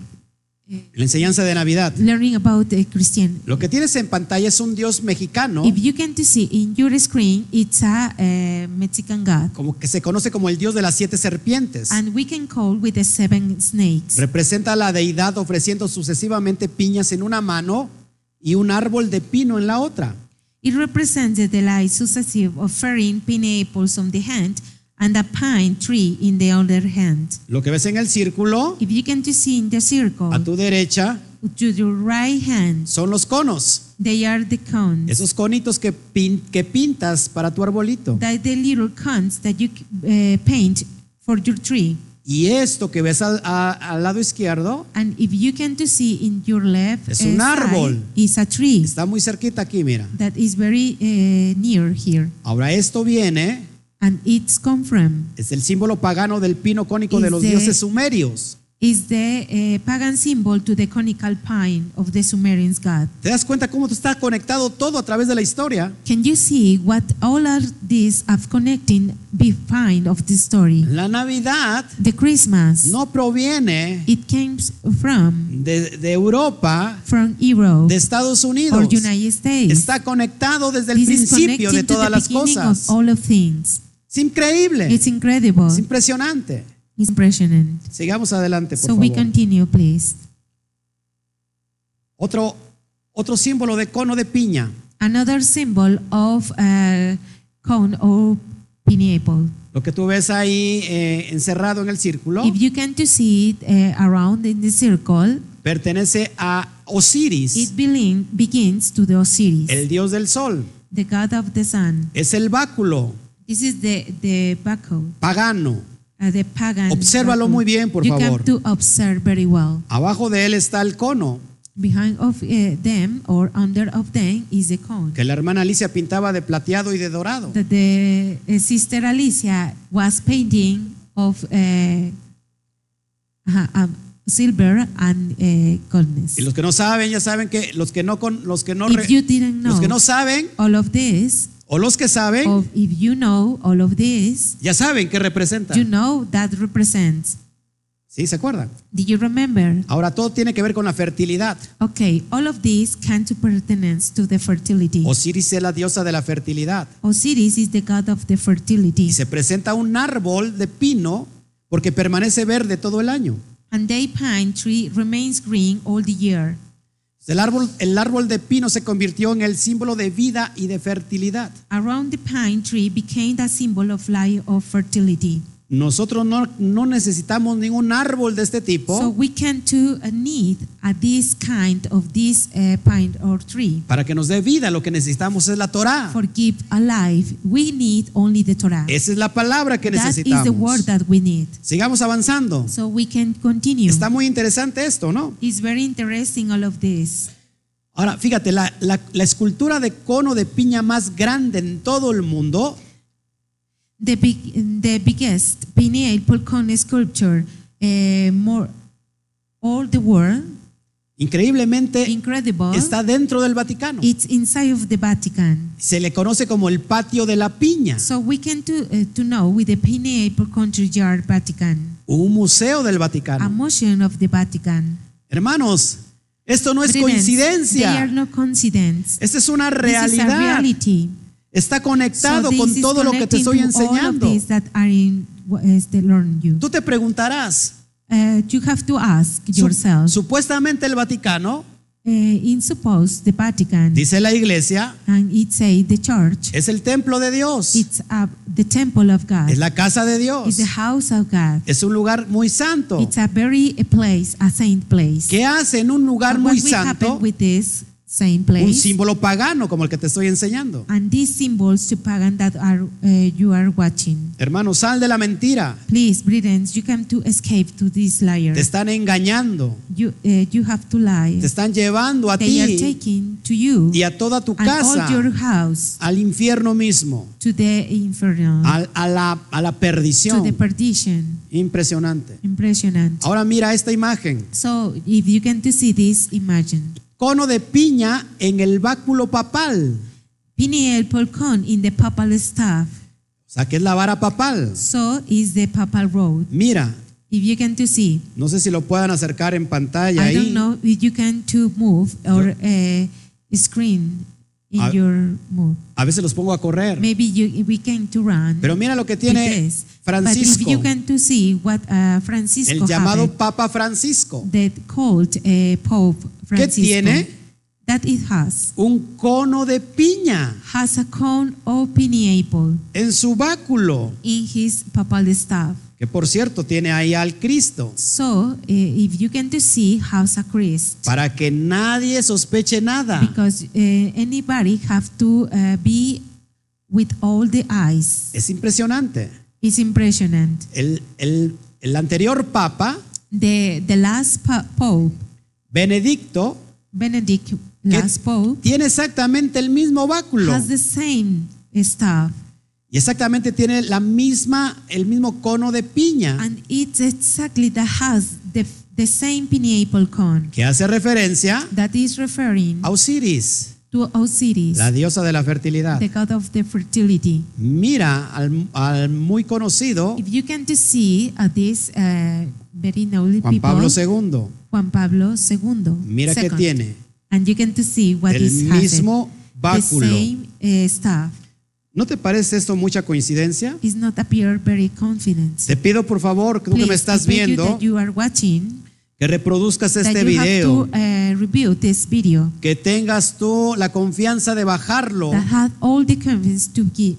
S1: en la enseñanza de Navidad.
S2: learning about the Christian
S1: Lo que tienes en pantalla es un dios mexicano,
S2: If you can to see in your screen, it's a uh, Mexican god,
S1: como que se conoce como el dios de las siete serpientes.
S2: and we can call with the seven snakes.
S1: Representa a la deidad ofreciendo sucesivamente piñas en una mano y un árbol de pino en la otra.
S2: It represents the delight successive of offering pineapples on the hand and a pine tree in the other hand.
S1: Lo que ves en el círculo
S2: If you can to see in the circle
S1: a tu derecha
S2: to your right hand,
S1: son los conos,
S2: they are the cones.
S1: esos conitos que, pin- que pintas para tu arbolito.
S2: They are the little cones that you uh, paint for your tree.
S1: Y esto que ves al, a- al lado izquierdo
S2: And if you can to see in your left
S1: Es un
S2: uh,
S1: árbol.
S2: side, is a tree
S1: está muy cerquita aquí, mira.
S2: that is very uh, near here.
S1: Ahora esto viene,
S2: and it's come from
S1: es el símbolo pagano del pino cónico de
S2: Is
S1: los
S2: the-
S1: dioses sumerios.
S2: is the uh, pagan symbol to the conical pine of the Sumerians god.
S1: ¿Te das cuenta cómo está conectado todo a través de la historia?
S2: Can you see what all are these of connecting behind of this story?
S1: La Navidad
S2: The Christmas,
S1: no proviene
S2: it came from
S1: de, de Europa,
S2: from Europe
S1: de Estados
S2: or
S1: Unidos.
S2: United States.
S1: Está conectado desde el
S2: This is
S1: principio de
S2: connecting to
S1: todas
S2: the
S1: las
S2: beginning
S1: cosas.
S2: of all of things.
S1: Es increíble.
S2: It's incredible.
S1: Es impresionante.
S2: It's impressionant.
S1: Sigamos adelante, por
S2: So we
S1: favor.
S2: continue, please.
S1: Otro, otro símbolo de cono de piña.
S2: Another symbol of uh, cone or pineapple.
S1: Lo que tú ves ahí eh, encerrado en el círculo
S2: If you can to see it uh, around in the circle,
S1: pertenece a Osiris,
S2: it belin- begins to the Osiris,
S1: el dios del sol.
S2: the god of the sun.
S1: Es el báculo
S2: This is the the Baco,
S1: pagano.
S2: uh, the pagan.
S1: Obsérvalo
S2: Baco.
S1: muy bien, por
S2: you
S1: favor.
S2: have to observe very well.
S1: Abajo de él está el cono
S2: Behind of uh, them or under of them is a cone
S1: que la hermana Alicia pintaba de plateado y de dorado.
S2: that the uh, sister Alicia was painting of uh, uh, um, silver and uh, goldness.
S1: Y los que no saben, ya saben que los que no con, los que no re-
S2: if you didn't know
S1: los que no saben
S2: all of this,
S1: o los que saben
S2: of if you know all of this,
S1: ya saben qué representa.
S2: you know that represents.
S1: Sí, se acuerdan.
S2: Do you remember?
S1: Ahora todo tiene que ver con la fertilidad.
S2: Okay, all of these can to pertenence to the fertility.
S1: Osiris es la diosa de la fertilidad
S2: Osiris is the god of the fertility,
S1: y se presenta un árbol de pino porque permanece verde todo el año.
S2: and the pine tree remains green all the year.
S1: El árbol, el árbol de pino se convirtió en el símbolo de vida y de fertilidad.
S2: Around the pine tree became the symbol of life of fertility.
S1: Nosotros no, no necesitamos ningún árbol de este tipo
S2: So we can to uh, need uh, this kind of this uh, pine or tree.
S1: para que nos dé vida. Lo que necesitamos es la Torá.
S2: For give a life, we need only the Torah.
S1: Esa Ah. es la palabra que
S2: That is the word
S1: necesitamos.
S2: that we need.
S1: Sigamos avanzando.
S2: So we can continue.
S1: Está muy interesante esto, ¿no?
S2: It's very interesting all of this.
S1: Ahora, fíjate, la, la- la escultura de cono de piña más grande en todo el mundo
S2: The big, the biggest pineapple cone sculpture, eh, more all the world,
S1: increíblemente
S2: incredible.
S1: está dentro del Vaticano.
S2: It's inside of the Vatican.
S1: Se le conoce como el patio de la piña,
S2: So we can to uh, to know with the pineapple country yard Vatican,
S1: un museo del
S2: a
S1: Vaticano.
S2: motion of the Vatican.
S1: Hermanos, esto no es
S2: Friends, They are
S1: coincidencia.
S2: no coincidence.
S1: Esta es una
S2: This is a
S1: realidad.
S2: reality.
S1: Está
S2: So
S1: conectado
S2: this
S1: con
S2: is
S1: todo lo que te
S2: connecting
S1: estoy
S2: to all of
S1: enseñando.
S2: these that are in what is the learn you.
S1: Tú te preguntarás,
S2: Uh, you have to ask
S1: su-
S2: yourself.
S1: supuestamente el Vaticano,
S2: Uh, in suppose the Vatican
S1: dice la iglesia,
S2: and it say the church,
S1: es el templo de Dios,
S2: it's uh, the temple of God,
S1: es la casa de
S2: it's
S1: Dios,
S2: the house of God.
S1: es un lugar muy santo.
S2: It's a very a place, a saint place.
S1: ¿Qué hace en un lugar
S2: And what
S1: muy
S2: will
S1: santo
S2: happen with this saint
S1: un
S2: place?
S1: símbolo pagano como el que te estoy enseñando?
S2: And these symbols to pagan that are uh, you are watching.
S1: Hermano, sal de la mentira.
S2: Please, Britons, you come to escape to this liar.
S1: Te están engañando,
S2: You uh, you have to lie.
S1: te están llevando a
S2: They are
S1: ti
S2: taking to you
S1: y a toda tu
S2: and all
S1: casa
S2: your house
S1: al infierno mismo,
S2: to the inferno,
S1: al- a, la, a la
S2: Ah. to the
S1: perdición.
S2: perdition.
S1: Impresionante.
S2: Impressionant.
S1: Ahora mira esta imagen.
S2: So if you can to see this, imagine.
S1: Cono de piña en el báculo papal.
S2: Pineal Polcon in the papal staff.
S1: O sea, que es la vara papal.
S2: So is the papal road.
S1: Mira,
S2: If you can to see.
S1: no sé si lo puedan acercar en pantalla
S2: I don't
S1: ahí.
S2: know if you can to move or uh, screen in
S1: A-
S2: your move.
S1: A veces los pongo a correr.
S2: Maybe you, we can to run.
S1: Pero mira lo que
S2: with
S1: tiene
S2: this. But if you
S1: Francisco,
S2: can to see what uh, Francisco
S1: el llamado
S2: have, eh,
S1: Papa Francisco.
S2: that called uh, Pope Francisco.
S1: tiene?
S2: That it has.
S1: Un cono de piña
S2: Has a cone or pineapple.
S1: en su báculo.
S2: in his papal staff.
S1: Que por cierto tiene ahí al Cristo.
S2: So, eh, if you can to see how's a Christ,
S1: Para que nadie sospeche nada.
S2: because eh, anybody have to uh, be with all the eyes.
S1: Es impresionante.
S2: It's impressionant.
S1: El, el- el anterior Papa,
S2: The the last pa- pope,
S1: Benedicto,
S2: Benedict, last pope,
S1: tiene exactamente el mismo báculo.
S2: has the same eh, staff,
S1: Y exactamente tiene la misma, el mismo cono de piña.
S2: and it's exactly that has the, the same pineapple corn
S1: que hace referencia
S2: that is referring
S1: a Osiris,
S2: to Osiris,
S1: Ah. la diosa de la fertilidad.
S2: the god of the fertility.
S1: Mira al, al muy conocido
S2: If you can to see uh, this uh, very knowledgeable
S1: Juan
S2: people,
S1: Pablo II.
S2: Juan Pablo II,
S1: Mira qué
S2: second,
S1: tiene.
S2: and you can to see what
S1: El
S2: is happened.
S1: mismo
S2: the
S1: báculo.
S2: same uh, stuff
S1: ¿No te parece esto mucha coincidencia?
S2: is not appear very confident.
S1: Te pido por favor, tú que me
S2: Please,
S1: estás
S2: I beg you
S1: viendo,
S2: that you are watching,
S1: que reproduzcas este
S2: that you
S1: video,
S2: have to uh, review this video,
S1: que tengas tú la confianza de bajarlo
S2: that had all the confidence to give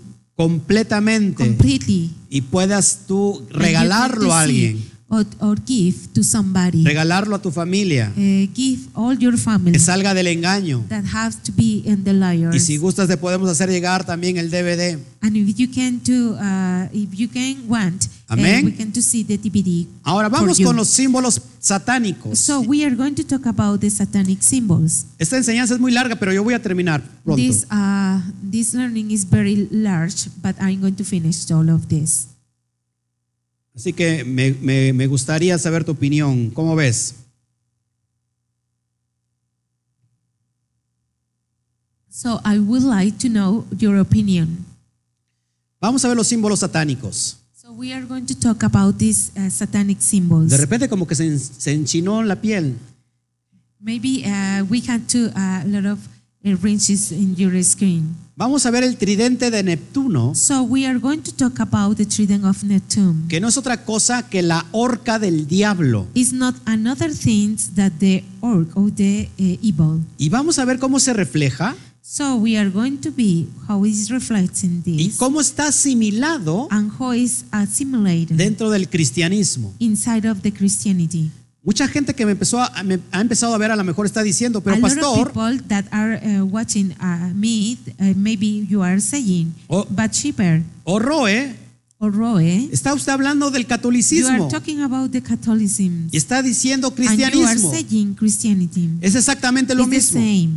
S1: completamente
S2: completely.
S1: y puedas tú
S2: and you have to
S1: regalarlo a
S2: see
S1: alguien,
S2: Or, or give to somebody.
S1: regalarlo a tu familia,
S2: Uh, give all your family
S1: que salga del engaño.
S2: that has to be in the
S1: Y
S2: liars.
S1: si gustas te podemos hacer llegar también el DVD.
S2: And if you can do, uh, if you can want, uh,
S1: Amén.
S2: we can to see the DVD.
S1: Ahora
S2: for
S1: vamos
S2: you.
S1: con los símbolos satánicos.
S2: So we are going to talk about the satanic symbols.
S1: Esta enseñanza es muy larga, pero yo voy a terminar pronto.
S2: This uh, this learning is very large, but I'm going to finish all of this.
S1: Así que me, me- me gustaría saber tu opinión. ¿Cómo ves?
S2: So I would like to know your opinion.
S1: Vamos a ver los símbolos satánicos.
S2: So we are going to talk about these uh, satanic symbols.
S1: De repente como que se, en- se enchinó la piel.
S2: Maybe uh, we had to a lot of uh, wrenches in your screen.
S1: Vamos a ver el tridente de Neptuno,
S2: So we are going to talk about the trident of Neptune.
S1: que no es otra cosa que la horca del diablo.
S2: It's not another thing that the orc or the uh, evil.
S1: Y vamos a ver cómo se refleja
S2: So we are going to be how is reflecting
S1: y
S2: this
S1: cómo está asimilado
S2: and how is assimilated
S1: dentro del cristianismo.
S2: inside of the Christianity.
S1: Mucha gente que me empezó a, me ha empezado a ver a lo mejor está diciendo, pero
S2: a lot of
S1: pastor,
S2: people that are uh, watching uh, me, uh, maybe you are saying,
S1: Oh.
S2: but cheaper
S1: o oh, Roe,
S2: or Roe,
S1: está usted hablando del
S2: you are
S1: catolicismo
S2: talking about the Catholicism
S1: y está diciendo
S2: and you are
S1: cristianismo.
S2: saying Christianity.
S1: Es exactamente lo
S2: it's
S1: mismo.
S2: the same.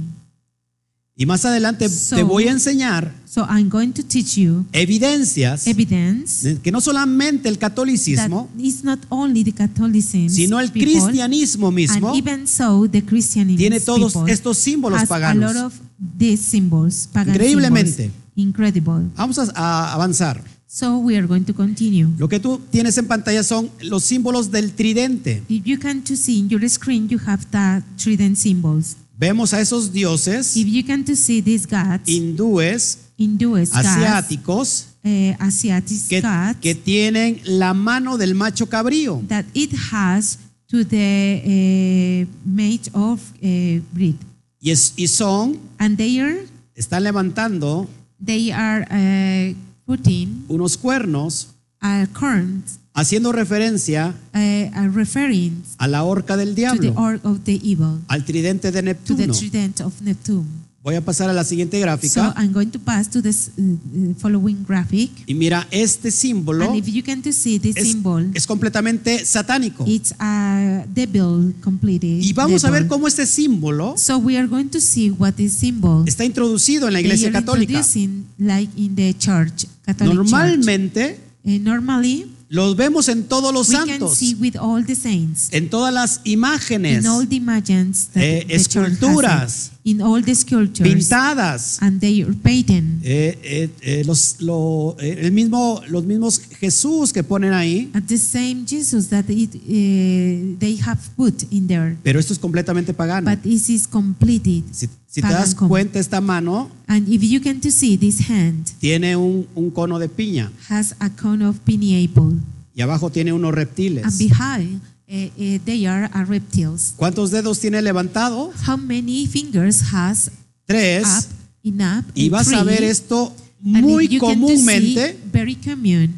S1: Y más adelante te
S2: So-
S1: voy a enseñar
S2: So I'm going to teach you
S1: evidencias
S2: evidence
S1: de que no solamente el catolicismo,
S2: that it's not only the Catholicism,
S1: sino el
S2: people,
S1: cristianismo mismo
S2: and even so the Christianism
S1: tiene todos
S2: people
S1: estos símbolos
S2: has a lot
S1: paganos.
S2: of these symbols, pagan
S1: Increíblemente.
S2: symbols. Incredible.
S1: Vamos a- a avanzar.
S2: So we are going to continue.
S1: Lo que tú tienes en pantalla son los símbolos del tridente.
S2: If you can to see in your screen, you have the trident symbols.
S1: Vemos a esos dioses
S2: If you can to see these gods,
S1: hindúes,
S2: Hindus gods,
S1: asiáticos,
S2: eh, Asiatic
S1: que,
S2: gods,
S1: que tienen la mano del macho cabrío.
S2: that it has to the uh, mate of uh, breed,
S1: Y, es- y son,
S2: and they are
S1: están levantando
S2: they are uh, putting
S1: unos cuernos
S2: a corns
S1: haciendo referencia
S2: uh, are referring
S1: a la horca del
S2: to the
S1: diablo,
S2: org of the evil,
S1: al tridente de
S2: to the
S1: Neptuno.
S2: trident of Neptune.
S1: Voy a pasar a la siguiente
S2: So
S1: gráfica.
S2: I'm going to pass to this uh, uh, following graphic,
S1: Y mira, este símbolo
S2: and if you can to see this
S1: es,
S2: symbol,
S1: es completamente satánico.
S2: it's a devil completely.
S1: Y vamos a ver
S2: devil.
S1: cómo este símbolo
S2: So we are going to see what this symbol.
S1: está introducido en la
S2: They
S1: iglesia
S2: are
S1: católica.
S2: introducing, like in the church, Catholic church.
S1: Normalmente
S2: Eh, normally,
S1: los vemos en todos los
S2: we can
S1: santos,
S2: see with all the saints,
S1: en todas las
S2: in
S1: imágenes
S2: all the images that
S1: Eh,
S2: the church has
S1: esculturas.
S2: in all the sculptures,
S1: pintadas.
S2: and they are painted.
S1: Eh, eh, eh, los, lo- eh, el mismo, los mismos Jesús que ponen ahí,
S2: At the same Jesus that it, eh, they have put in there,
S1: pero esto es completamente pagano.
S2: but it is completed.
S1: si, si te
S2: pagan
S1: das
S2: con-
S1: cuenta, esta mano
S2: And if you can to see, this hand
S1: tiene un, un cono de piña
S2: has a cone of pineapple,
S1: y abajo tiene unos reptiles.
S2: and behind eh, eh, they are a reptiles.
S1: ¿Cuántos dedos tiene levantado?
S2: How many fingers has up
S1: Tres.
S2: in up
S1: Y
S2: in
S1: vas a
S2: three,
S1: ver esto
S2: and if
S1: muy
S2: you can to see,
S1: comúnmente
S2: very common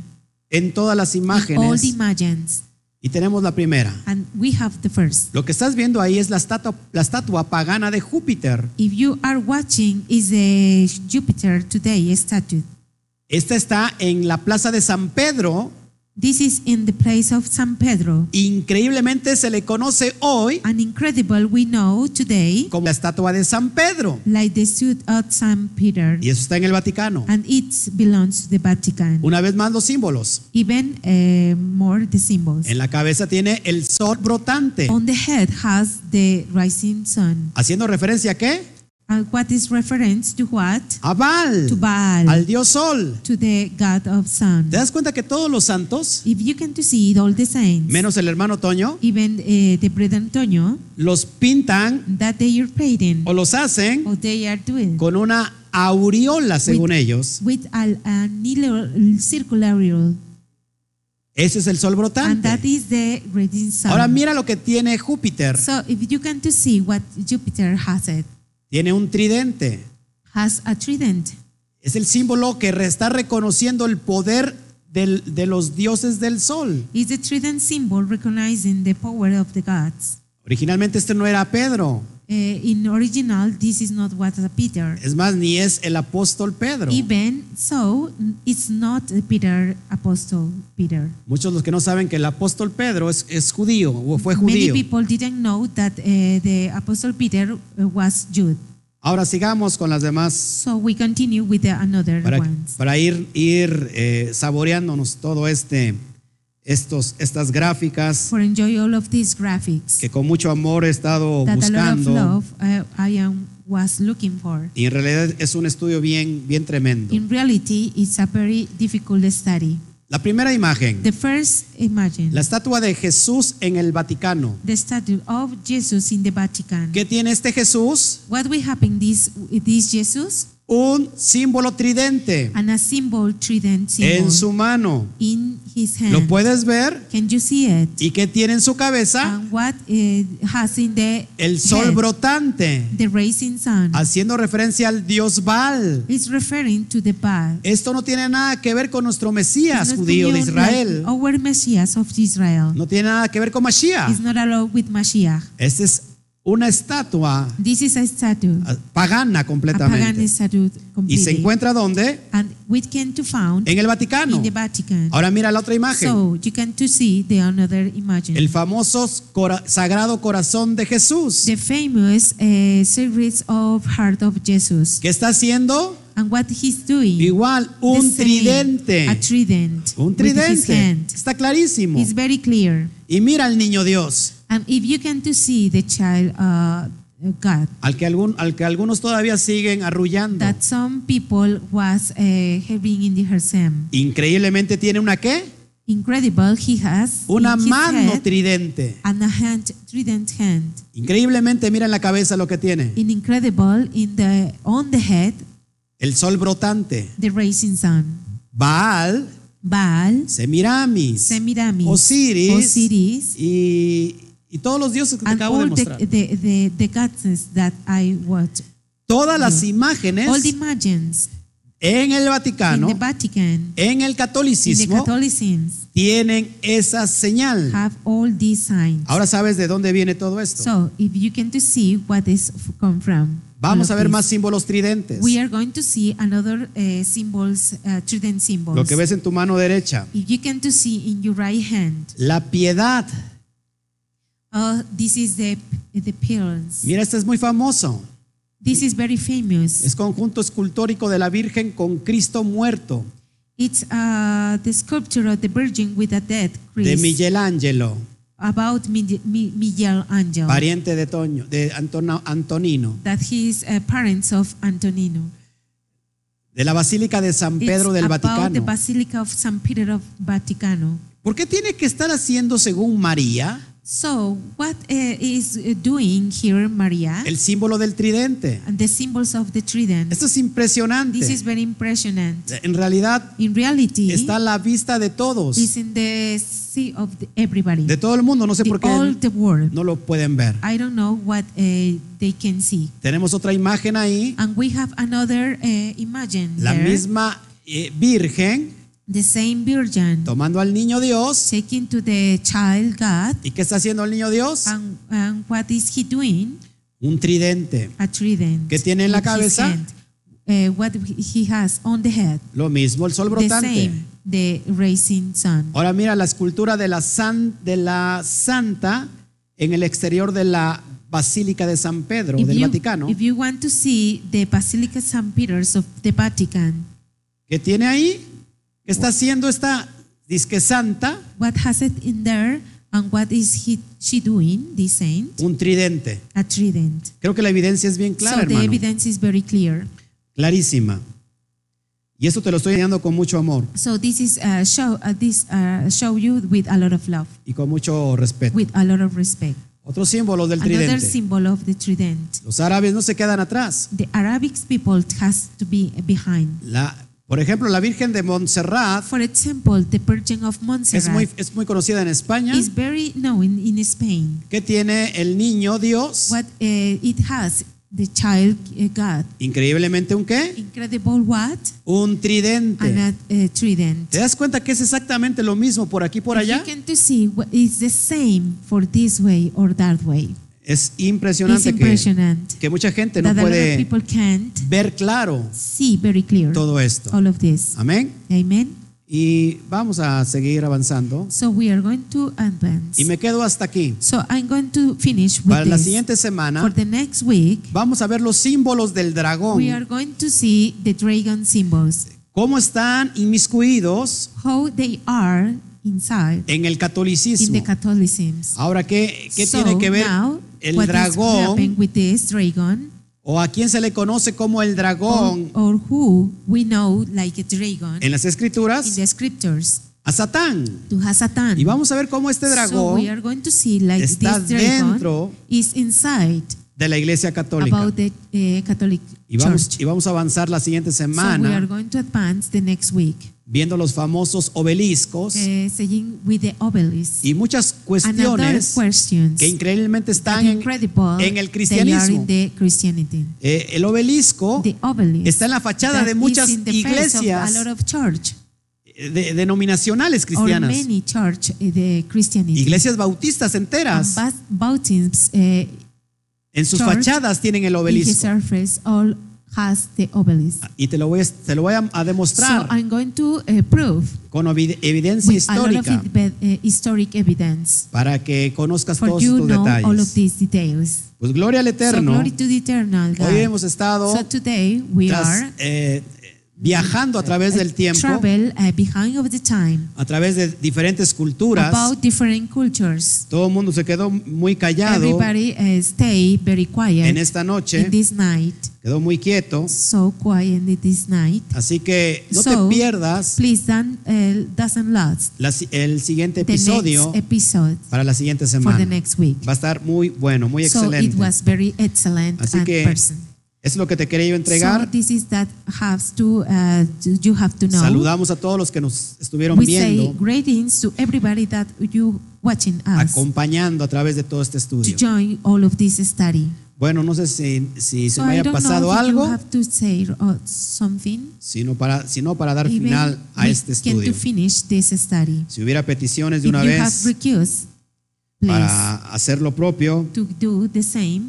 S1: en todas las
S2: in all the
S1: imágenes.
S2: images
S1: Y tenemos la primera.
S2: and we have the first
S1: Lo que estás viendo ahí es la estatua, la estatua pagana de Júpiter.
S2: if you are watching is a Jupiter today statue
S1: Esta está en la plaza de San Pedro
S2: This is in the place of San Pedro.
S1: Increíblemente se le conoce hoy
S2: And incredible, we know today,
S1: como la estatua de San Pedro.
S2: like the suit of San Peter,
S1: Y eso está en el Vaticano.
S2: and it belongs to the Vatican.
S1: Una vez más los símbolos.
S2: Even eh, more the symbols.
S1: En la cabeza tiene el sol brotante.
S2: On the head has the rising sun.
S1: ¿Haciendo referencia a qué?
S2: And what is reference to what?
S1: A Baal.
S2: To Baal,
S1: Al dios sol.
S2: to the god of sun.
S1: ¿Te das cuenta que todos los santos,
S2: If you can to see it, all the saints,
S1: menos el hermano Toño,
S2: even eh, the brother Antonio,
S1: los pintan
S2: that they are praying,
S1: o los hacen
S2: or they are doing,
S1: con una aureola, según ellos.
S2: with a, a needle- circular rule.
S1: Ese es el sol
S2: and that
S1: brotante.
S2: is the rising sun.
S1: Ahora mira lo que tiene Júpiter.
S2: So if you can to see what Jupiter has it,
S1: Tiene un tridente.
S2: has a trident.
S1: Es el símbolo que re- está reconociendo el poder del- de los dioses del sol.
S2: It's the trident symbol recognizing the power of the gods.
S1: Originalmente este no era Pedro.
S2: Eh, in original, this is not what a Peter.
S1: Es más, ni es el apóstol Pedro.
S2: Even so, it's not Peter, Apostle Peter.
S1: Muchos los que no saben que el apóstol Pedro es, es judío o fue
S2: Many
S1: judío.
S2: people didn't know that eh, the Apostle Peter eh, was Jude.
S1: Ahora sigamos con las demás
S2: So we continue with the another
S1: para,
S2: ones.
S1: para ir, ir eh, saboreándonos todo este, estos, estas gráficas
S2: For enjoy all of these graphics
S1: que con mucho amor he estado
S2: that a lot of
S1: buscando
S2: love eh, I am was looking for.
S1: y en realidad es un estudio bien, bien tremendo.
S2: In reality, it's a very difficult study.
S1: La primera imagen,
S2: The first, imagine
S1: la estatua de Jesús en el Vaticano.
S2: the statue of Jesus in the Vatican.
S1: ¿Qué tiene este Jesús?
S2: What will happen this this Jesus
S1: Un símbolo tridente
S2: and a symbol trident symbol
S1: en su mano.
S2: in his hand.
S1: ¿Lo puedes ver?
S2: Can you see it?
S1: ¿Y qué tiene en su cabeza?
S2: And what eh, has in the
S1: Ah. El sol
S2: head?
S1: brotante,
S2: the rising sun.
S1: haciendo referencia al dios Baal.
S2: It's referring to the Baal.
S1: Esto no tiene nada que ver con nuestro Oh. Mesías
S2: It's not
S1: judío de
S2: union like
S1: Israel.
S2: Our Messias of Israel.
S1: No tiene nada que ver con
S2: It's
S1: Mashiach.
S2: not allowed with Mashiach.
S1: Esta es una estatua
S2: This is a statue,
S1: ah, pagana
S2: a pagan
S1: completamente.
S2: statue completely.
S1: Y se encuentra ¿dónde?
S2: and we can to found
S1: En el Vaticano.
S2: in the Vatican.
S1: Ahora mira la otra imagen.
S2: So you can to see the another image.
S1: El famoso cora- sagrado corazón de Jesús.
S2: the famous uh, series of Heart of Jesus
S1: ¿Qué está haciendo?
S2: and what he's doing.
S1: Igual,
S2: The
S1: un
S2: same,
S1: tridente.
S2: A trident.
S1: Un
S2: with his
S1: tridente.
S2: hand.
S1: Está clarísimo.
S2: It's very clear.
S1: Y mira al niño Dios,
S2: And if you can to see the child uh, God,
S1: al que, algún- al que algunos todavía siguen arrullando.
S2: that some people was uh, having in the Hersem.
S1: Increíblemente tiene una qué?
S2: Incredible, he has
S1: Una
S2: in his
S1: mano
S2: head
S1: tridente.
S2: and a hand, trident hand.
S1: Increíblemente mira en la cabeza lo que tiene.
S2: In incredible, in the on the head,
S1: El sol brotante.
S2: the rising sun.
S1: Baal,
S2: Baal,
S1: Semiramis,
S2: Semiramis,
S1: Osiris,
S2: Osiris,
S1: y, y todos los dioses que te
S2: and
S1: acabo
S2: all
S1: de
S2: the,
S1: mostrar.
S2: the, the, the goddesses that I watch.
S1: Todas las imágenes
S2: All the images
S1: en el
S2: in the
S1: Vaticano,
S2: Vatican,
S1: en el
S2: in the
S1: catolicismo,
S2: Catholicism,
S1: tienen esa señal.
S2: have all these signs.
S1: Ahora sabes de dónde viene todo esto.
S2: Ah. So, if you can to see what this f- come from.
S1: Vamos a
S2: all of
S1: ver
S2: this.
S1: más símbolos tridentes.
S2: pues, We are going to see another uh, symbols, uh, trident symbols.
S1: Lo que ves en tu mano derecha.
S2: If you can to see in your right hand,
S1: La piedad.
S2: uh, this is the the pearls.
S1: Mira, este es muy famoso.
S2: This is very famous.
S1: Es conjunto escultórico de la Virgen con Cristo muerto
S2: It's uh, the sculpture of the Virgin with a dead
S1: de
S2: Christ
S1: Michelangelo,
S2: about Mi- Mi- Miguel Angel,
S1: pariente de Toño, de Antona- Antonino,
S2: that he is uh, parents of Antonino.
S1: de la Basílica de San Pedro
S2: it's
S1: del
S2: about the
S1: Vaticano.
S2: Basilica of San Peter of Vaticano.
S1: ¿Por qué tiene que estar haciendo según María
S2: So, what uh, is uh, doing here Maria?
S1: el símbolo del tridente?
S2: and the symbols of the trident.
S1: Esto es
S2: Ah. This is
S1: impresionante.
S2: very impressionant.
S1: En realidad
S2: In reality,
S1: está a la vista de todos,
S2: it's in the sea of the- everybody,
S1: de todo el mundo. No sé
S2: the,
S1: por
S2: all
S1: qué
S2: the world.
S1: no lo pueden ver.
S2: I don't know what uh, they can see.
S1: Tenemos otra imagen ahí
S2: And we have another uh, imagine
S1: la
S2: there.
S1: misma eh, virgen
S2: the same Virgin
S1: tomando al niño Dios.
S2: taking to the child God.
S1: ¿Y qué está haciendo el niño Dios?
S2: And, and what is he doing?
S1: Un tridente.
S2: A trident.
S1: ¿Qué tiene en la
S2: in his
S1: cabeza?
S2: hand. Uh, what eh, he has on the head.
S1: Lo mismo el sol
S2: The
S1: brotante.
S2: same, the rising sun.
S1: Ahora mira la escultura de la, san- de la santa en el exterior de la Basílica de San Pedro del
S2: you,
S1: Vaticano.
S2: if you want to see the Basilica St. Peter's of the Vatican,
S1: ¿Qué tiene ahí? ¿Qué está haciendo esta disque santa?
S2: what has it in there and what is he, she doing, this saint?
S1: Un tridente.
S2: A trident.
S1: Creo que la evidencia es bien
S2: so
S1: clara,
S2: the
S1: hermano.
S2: evidence is very clear.
S1: Clarísima. Y eso te lo estoy enseñando con mucho amor
S2: So this is uh, show uh, this uh, show you with a lot of love,
S1: y con mucho respeto.
S2: with a lot of respect.
S1: Otro símbolo del
S2: Another
S1: tridente.
S2: symbol of the trident.
S1: Los árabes no se quedan atrás.
S2: The Arabic people has to be behind.
S1: La, por ejemplo, la Virgen de Montserrat
S2: For example, the Virgin of Montserrat
S1: es muy, es muy conocida en España.
S2: is very known in Spain.
S1: ¿Qué tiene el niño Dios?
S2: What uh, it has, the child uh, God.
S1: Increíblemente un qué?
S2: Incredible what?
S1: Un
S2: And
S1: tridente.
S2: a uh, trident.
S1: ¿Te das cuenta que es exactamente lo mismo por aquí y por
S2: If
S1: allá?
S2: You can to see what is the same for this way or that way.
S1: Es
S2: It's
S1: impresionante que,
S2: impressionant
S1: que mucha gente no
S2: that a lot of
S1: puede
S2: people can't
S1: ver claro
S2: see very clear
S1: todo esto.
S2: all of this.
S1: Amén.
S2: Amen.
S1: Y vamos a seguir avanzando.
S2: So we are going to advance.
S1: Y me quedo hasta aquí.
S2: So I'm going to finish with
S1: Para la
S2: this.
S1: siguiente
S2: For
S1: semana
S2: the next week,
S1: vamos a ver los símbolos del
S2: we are
S1: dragón.
S2: going to see the dragon symbols,
S1: Cómo están inmiscuidos
S2: how they are inside
S1: en el
S2: in the
S1: catolicismo.
S2: Catholicism.
S1: Ahora, ¿qué, qué
S2: so
S1: tiene que ver
S2: now,
S1: el
S2: what is
S1: dragón
S2: happening with this dragon,
S1: o a quién se le conoce como el dragón
S2: or, or who we know like a dragon
S1: en las
S2: in
S1: escrituras?
S2: the scriptures,
S1: A Satán.
S2: to has Satan.
S1: Y vamos a ver cómo este
S2: so we
S1: dragón
S2: are going to see like this
S1: está
S2: dragon
S1: dentro
S2: is inside
S1: de la iglesia católica.
S2: about the eh, Catholic
S1: Y vamos,
S2: Church.
S1: y vamos a avanzar la siguiente
S2: So we are
S1: semana
S2: going to advance the next week,
S1: viendo los famosos obeliscos
S2: eh, saying with the obelisk.
S1: y muchas
S2: And other
S1: cuestiones
S2: questions
S1: que increíblemente
S2: that
S1: están en,
S2: incredible
S1: en el
S2: they are
S1: cristianismo.
S2: in the Christianity.
S1: Eh, el obelisco
S2: The obelisk
S1: está en la fachada
S2: that
S1: de
S2: is
S1: muchas
S2: in the face of
S1: iglesias.
S2: a lot of church
S1: eh, de- denominacionales
S2: or
S1: cristianas,
S2: many church eh, the Christianity.
S1: iglesias bautistas enteras,
S2: And Bas- Baptists, eh,
S1: en sus
S2: church
S1: fachadas tienen el
S2: in his
S1: obelisco.
S2: surface all has the obelisk.
S1: Y te lo voy a, te lo voy a, a
S2: So
S1: demostrar
S2: I'm going to eh, prove
S1: con ovide- evidencia
S2: with a lot of
S1: histórica
S2: ev- eh, historic evidence
S1: para que conozcas
S2: for
S1: todos
S2: you
S1: estos
S2: know all of
S1: detalles.
S2: these details.
S1: Pues gloria al
S2: So
S1: Eterno.
S2: glory to the eternal God.
S1: Hoy hemos estado
S2: so today we
S1: tras-
S2: are
S1: eh, viajando a través del tiempo,
S2: travel uh, behind of the time
S1: a través de diferentes culturas.
S2: about different cultures.
S1: Todo el mundo se quedó muy callado
S2: Everybody uh, stay very quiet
S1: en esta noche,
S2: in this night,
S1: quedó muy quieto.
S2: so quiet in this night.
S1: Así que no
S2: So,
S1: te pierdas
S2: Please don't uh, doesn't last
S1: la si- el siguiente
S2: the
S1: episodio
S2: next episode
S1: para la siguiente
S2: for the
S1: semana.
S2: next week.
S1: Va a estar muy bueno, muy
S2: So it
S1: excelente.
S2: was very excellent
S1: Así
S2: and
S1: que
S2: person.
S1: Es lo que te quería yo
S2: So
S1: entregar.
S2: this is that has to uh, do- you have to know.
S1: Saludamos a todos los que nos estuvieron
S2: we say
S1: viendo,
S2: greetings to everybody that you watching us
S1: acompañando a través de todo este
S2: to
S1: estudio.
S2: join all of this study.
S1: Bueno, no sé si, si se
S2: So
S1: me
S2: I
S1: haya
S2: don't know
S1: pasado
S2: if you
S1: algo,
S2: have to say uh, something.
S1: sino para, sino para dar
S2: even
S1: final a
S2: we
S1: este
S2: can to
S1: estudio.
S2: finish this study.
S1: Si hubiera peticiones de
S2: if
S1: una
S2: you have
S1: vez
S2: requests, please
S1: para hacer lo propio,
S2: to do the same.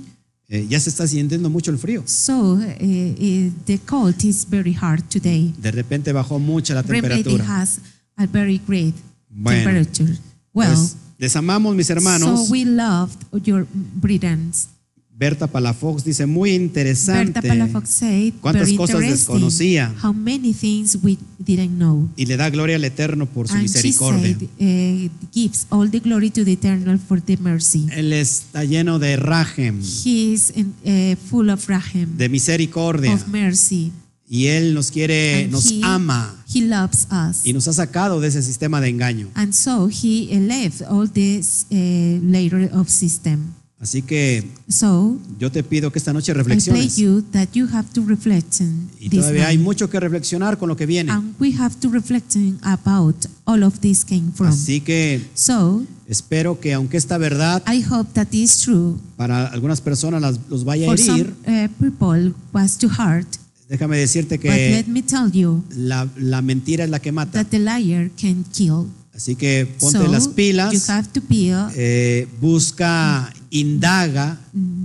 S1: eh, ya se está sintiendo mucho el frío.
S2: So uh, uh, the cold is very hard today.
S1: De repente bajó mucho la
S2: Remedy
S1: temperatura.
S2: has a very great
S1: Bueno,
S2: temperature. Well,
S1: Pues, les amamos, mis hermanos.
S2: so we loved your Britons.
S1: Berta Palafox dice, muy interesante.
S2: Berta Palafox said,
S1: Cuántas
S2: very
S1: cosas
S2: interesting,
S1: desconocía.
S2: How many things we didn't know.
S1: Y le da gloria al Eterno por su
S2: and she
S1: misericordia.
S2: said, eh, gives all the glory to the eternal for the mercy.
S1: Él está lleno de rajem,
S2: He is in, eh, full of rahim,
S1: de misericordia.
S2: of mercy.
S1: Y Él nos quiere,
S2: And
S1: nos
S2: he,
S1: ama.
S2: He loves us.
S1: Y nos ha sacado de ese sistema de engaño.
S2: And so he eh, left all this uh, layer of system.
S1: Así que
S2: So
S1: yo te pido que esta noche
S2: I pray
S1: reflexiones.
S2: you that you have to reflect on
S1: Y
S2: this
S1: todavía hay
S2: night.
S1: mucho que reflexionar con lo que viene.
S2: and we have to reflect in about all of this came from.
S1: Así que
S2: So
S1: espero que aunque esta verdad
S2: I hope that is true.
S1: para algunas personas las- los vaya a
S2: For
S1: herir,
S2: some uh, people was too hard,
S1: déjame decirte
S2: but let
S1: que
S2: me tell you
S1: la, la mentira es la que mata.
S2: that the liar can kill.
S1: Así que ponte
S2: so
S1: las
S2: you
S1: pilas,
S2: have to peel
S1: eh, busca, indaga.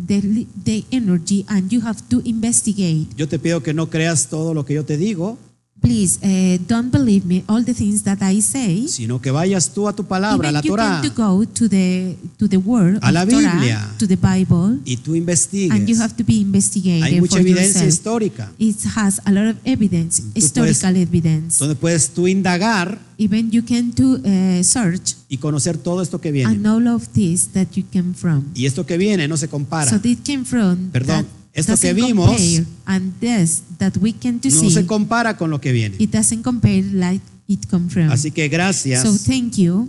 S2: the, the energy and you have to investigate.
S1: Yo te pido que no creas todo lo que yo te digo,
S2: Please eh, don't believe me all the things that I say.
S1: sino que vayas tú a tu palabra, a
S2: Even
S1: la
S2: you
S1: Torá,
S2: can to go to the to the word
S1: A la
S2: of Torah,
S1: Biblia.
S2: to the Bible,
S1: y tú
S2: and you
S1: investigues.
S2: have to be investigated
S1: Hay mucha
S2: for
S1: evidencia
S2: yourself.
S1: histórica
S2: It has a lot of evidence,
S1: puedes-
S2: historical evidence.
S1: donde puedes tú indagar
S2: Even you can do uh, search
S1: y conocer todo esto que
S2: and
S1: viene.
S2: all of this that you came from.
S1: Y esto que viene no se compara,
S2: So this came from
S1: Perdón,
S2: that
S1: esto que
S2: doesn't
S1: vimos-
S2: compare, and this that we can to
S1: no
S2: see
S1: se compara con lo que viene.
S2: it doesn't compare like it come from.
S1: Así que
S2: so
S1: gracias,
S2: thank you,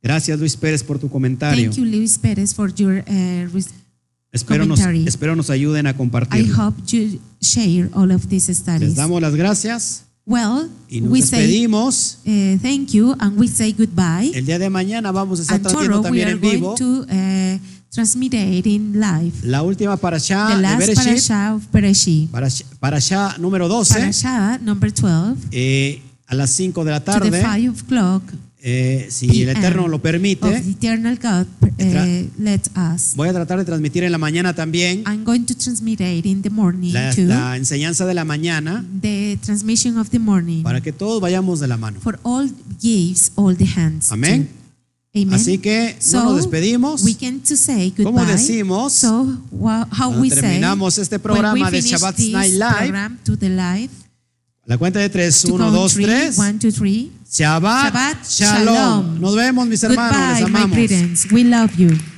S1: gracias Luis Pérez por tu comentario.
S2: thank you, Luis Perez, for your. Uh, res-
S1: Espero nos,
S2: commentary.
S1: espero nos ayuden a
S2: I
S1: compartirlo.
S2: hope you share all of these
S1: Les
S2: studies.
S1: damos las gracias
S2: Well,
S1: y nos
S2: we say
S1: despedimos.
S2: uh, thank you and we say goodbye.
S1: El día de mañana vamos a estar
S2: and
S1: transmitiendo
S2: tomorrow we
S1: también
S2: are
S1: en vivo
S2: going to uh, transmit it in live.
S1: la última parashá
S2: the
S1: de
S2: last
S1: Bereshit,
S2: parasha of Bereshit.
S1: parashá, parashá número 12,
S2: Parasha number 12
S1: eh, a las 5 de la
S2: to the
S1: tarde.
S2: 5 o'clock
S1: Eh, si el
S2: PM.
S1: Eterno lo
S2: of the
S1: permite,
S2: eternal God uh,
S1: Entra-
S2: let us.
S1: voy a tratar de transmitir en la mañana también
S2: I'm going to transmit it in the morning
S1: la,
S2: too.
S1: la enseñanza de la mañana
S2: the transmission of the morning
S1: para que todos vayamos de la mano.
S2: for all gives all the hands.
S1: Amén.
S2: too. Amen.
S1: Así que
S2: So,
S1: no nos despedimos.
S2: We can to say goodbye.
S1: ¿Cómo decimos?
S2: So wha- how
S1: Cuando
S2: we say
S1: terminamos este
S2: when
S1: programa
S2: we
S1: de
S2: finish
S1: Shabbat
S2: this
S1: Night Live.
S2: program to the live
S1: La cuenta de 3,
S2: to
S1: 1,
S2: count
S1: 2,
S2: three,
S1: 3.
S2: one, two, three.
S1: Shabbat,
S2: Shabbat
S1: shalom.
S2: shalom.
S1: Nos vemos, mis hermanos.
S2: Goodbye,
S1: Les
S2: my
S1: amamos.
S2: friends. We love you.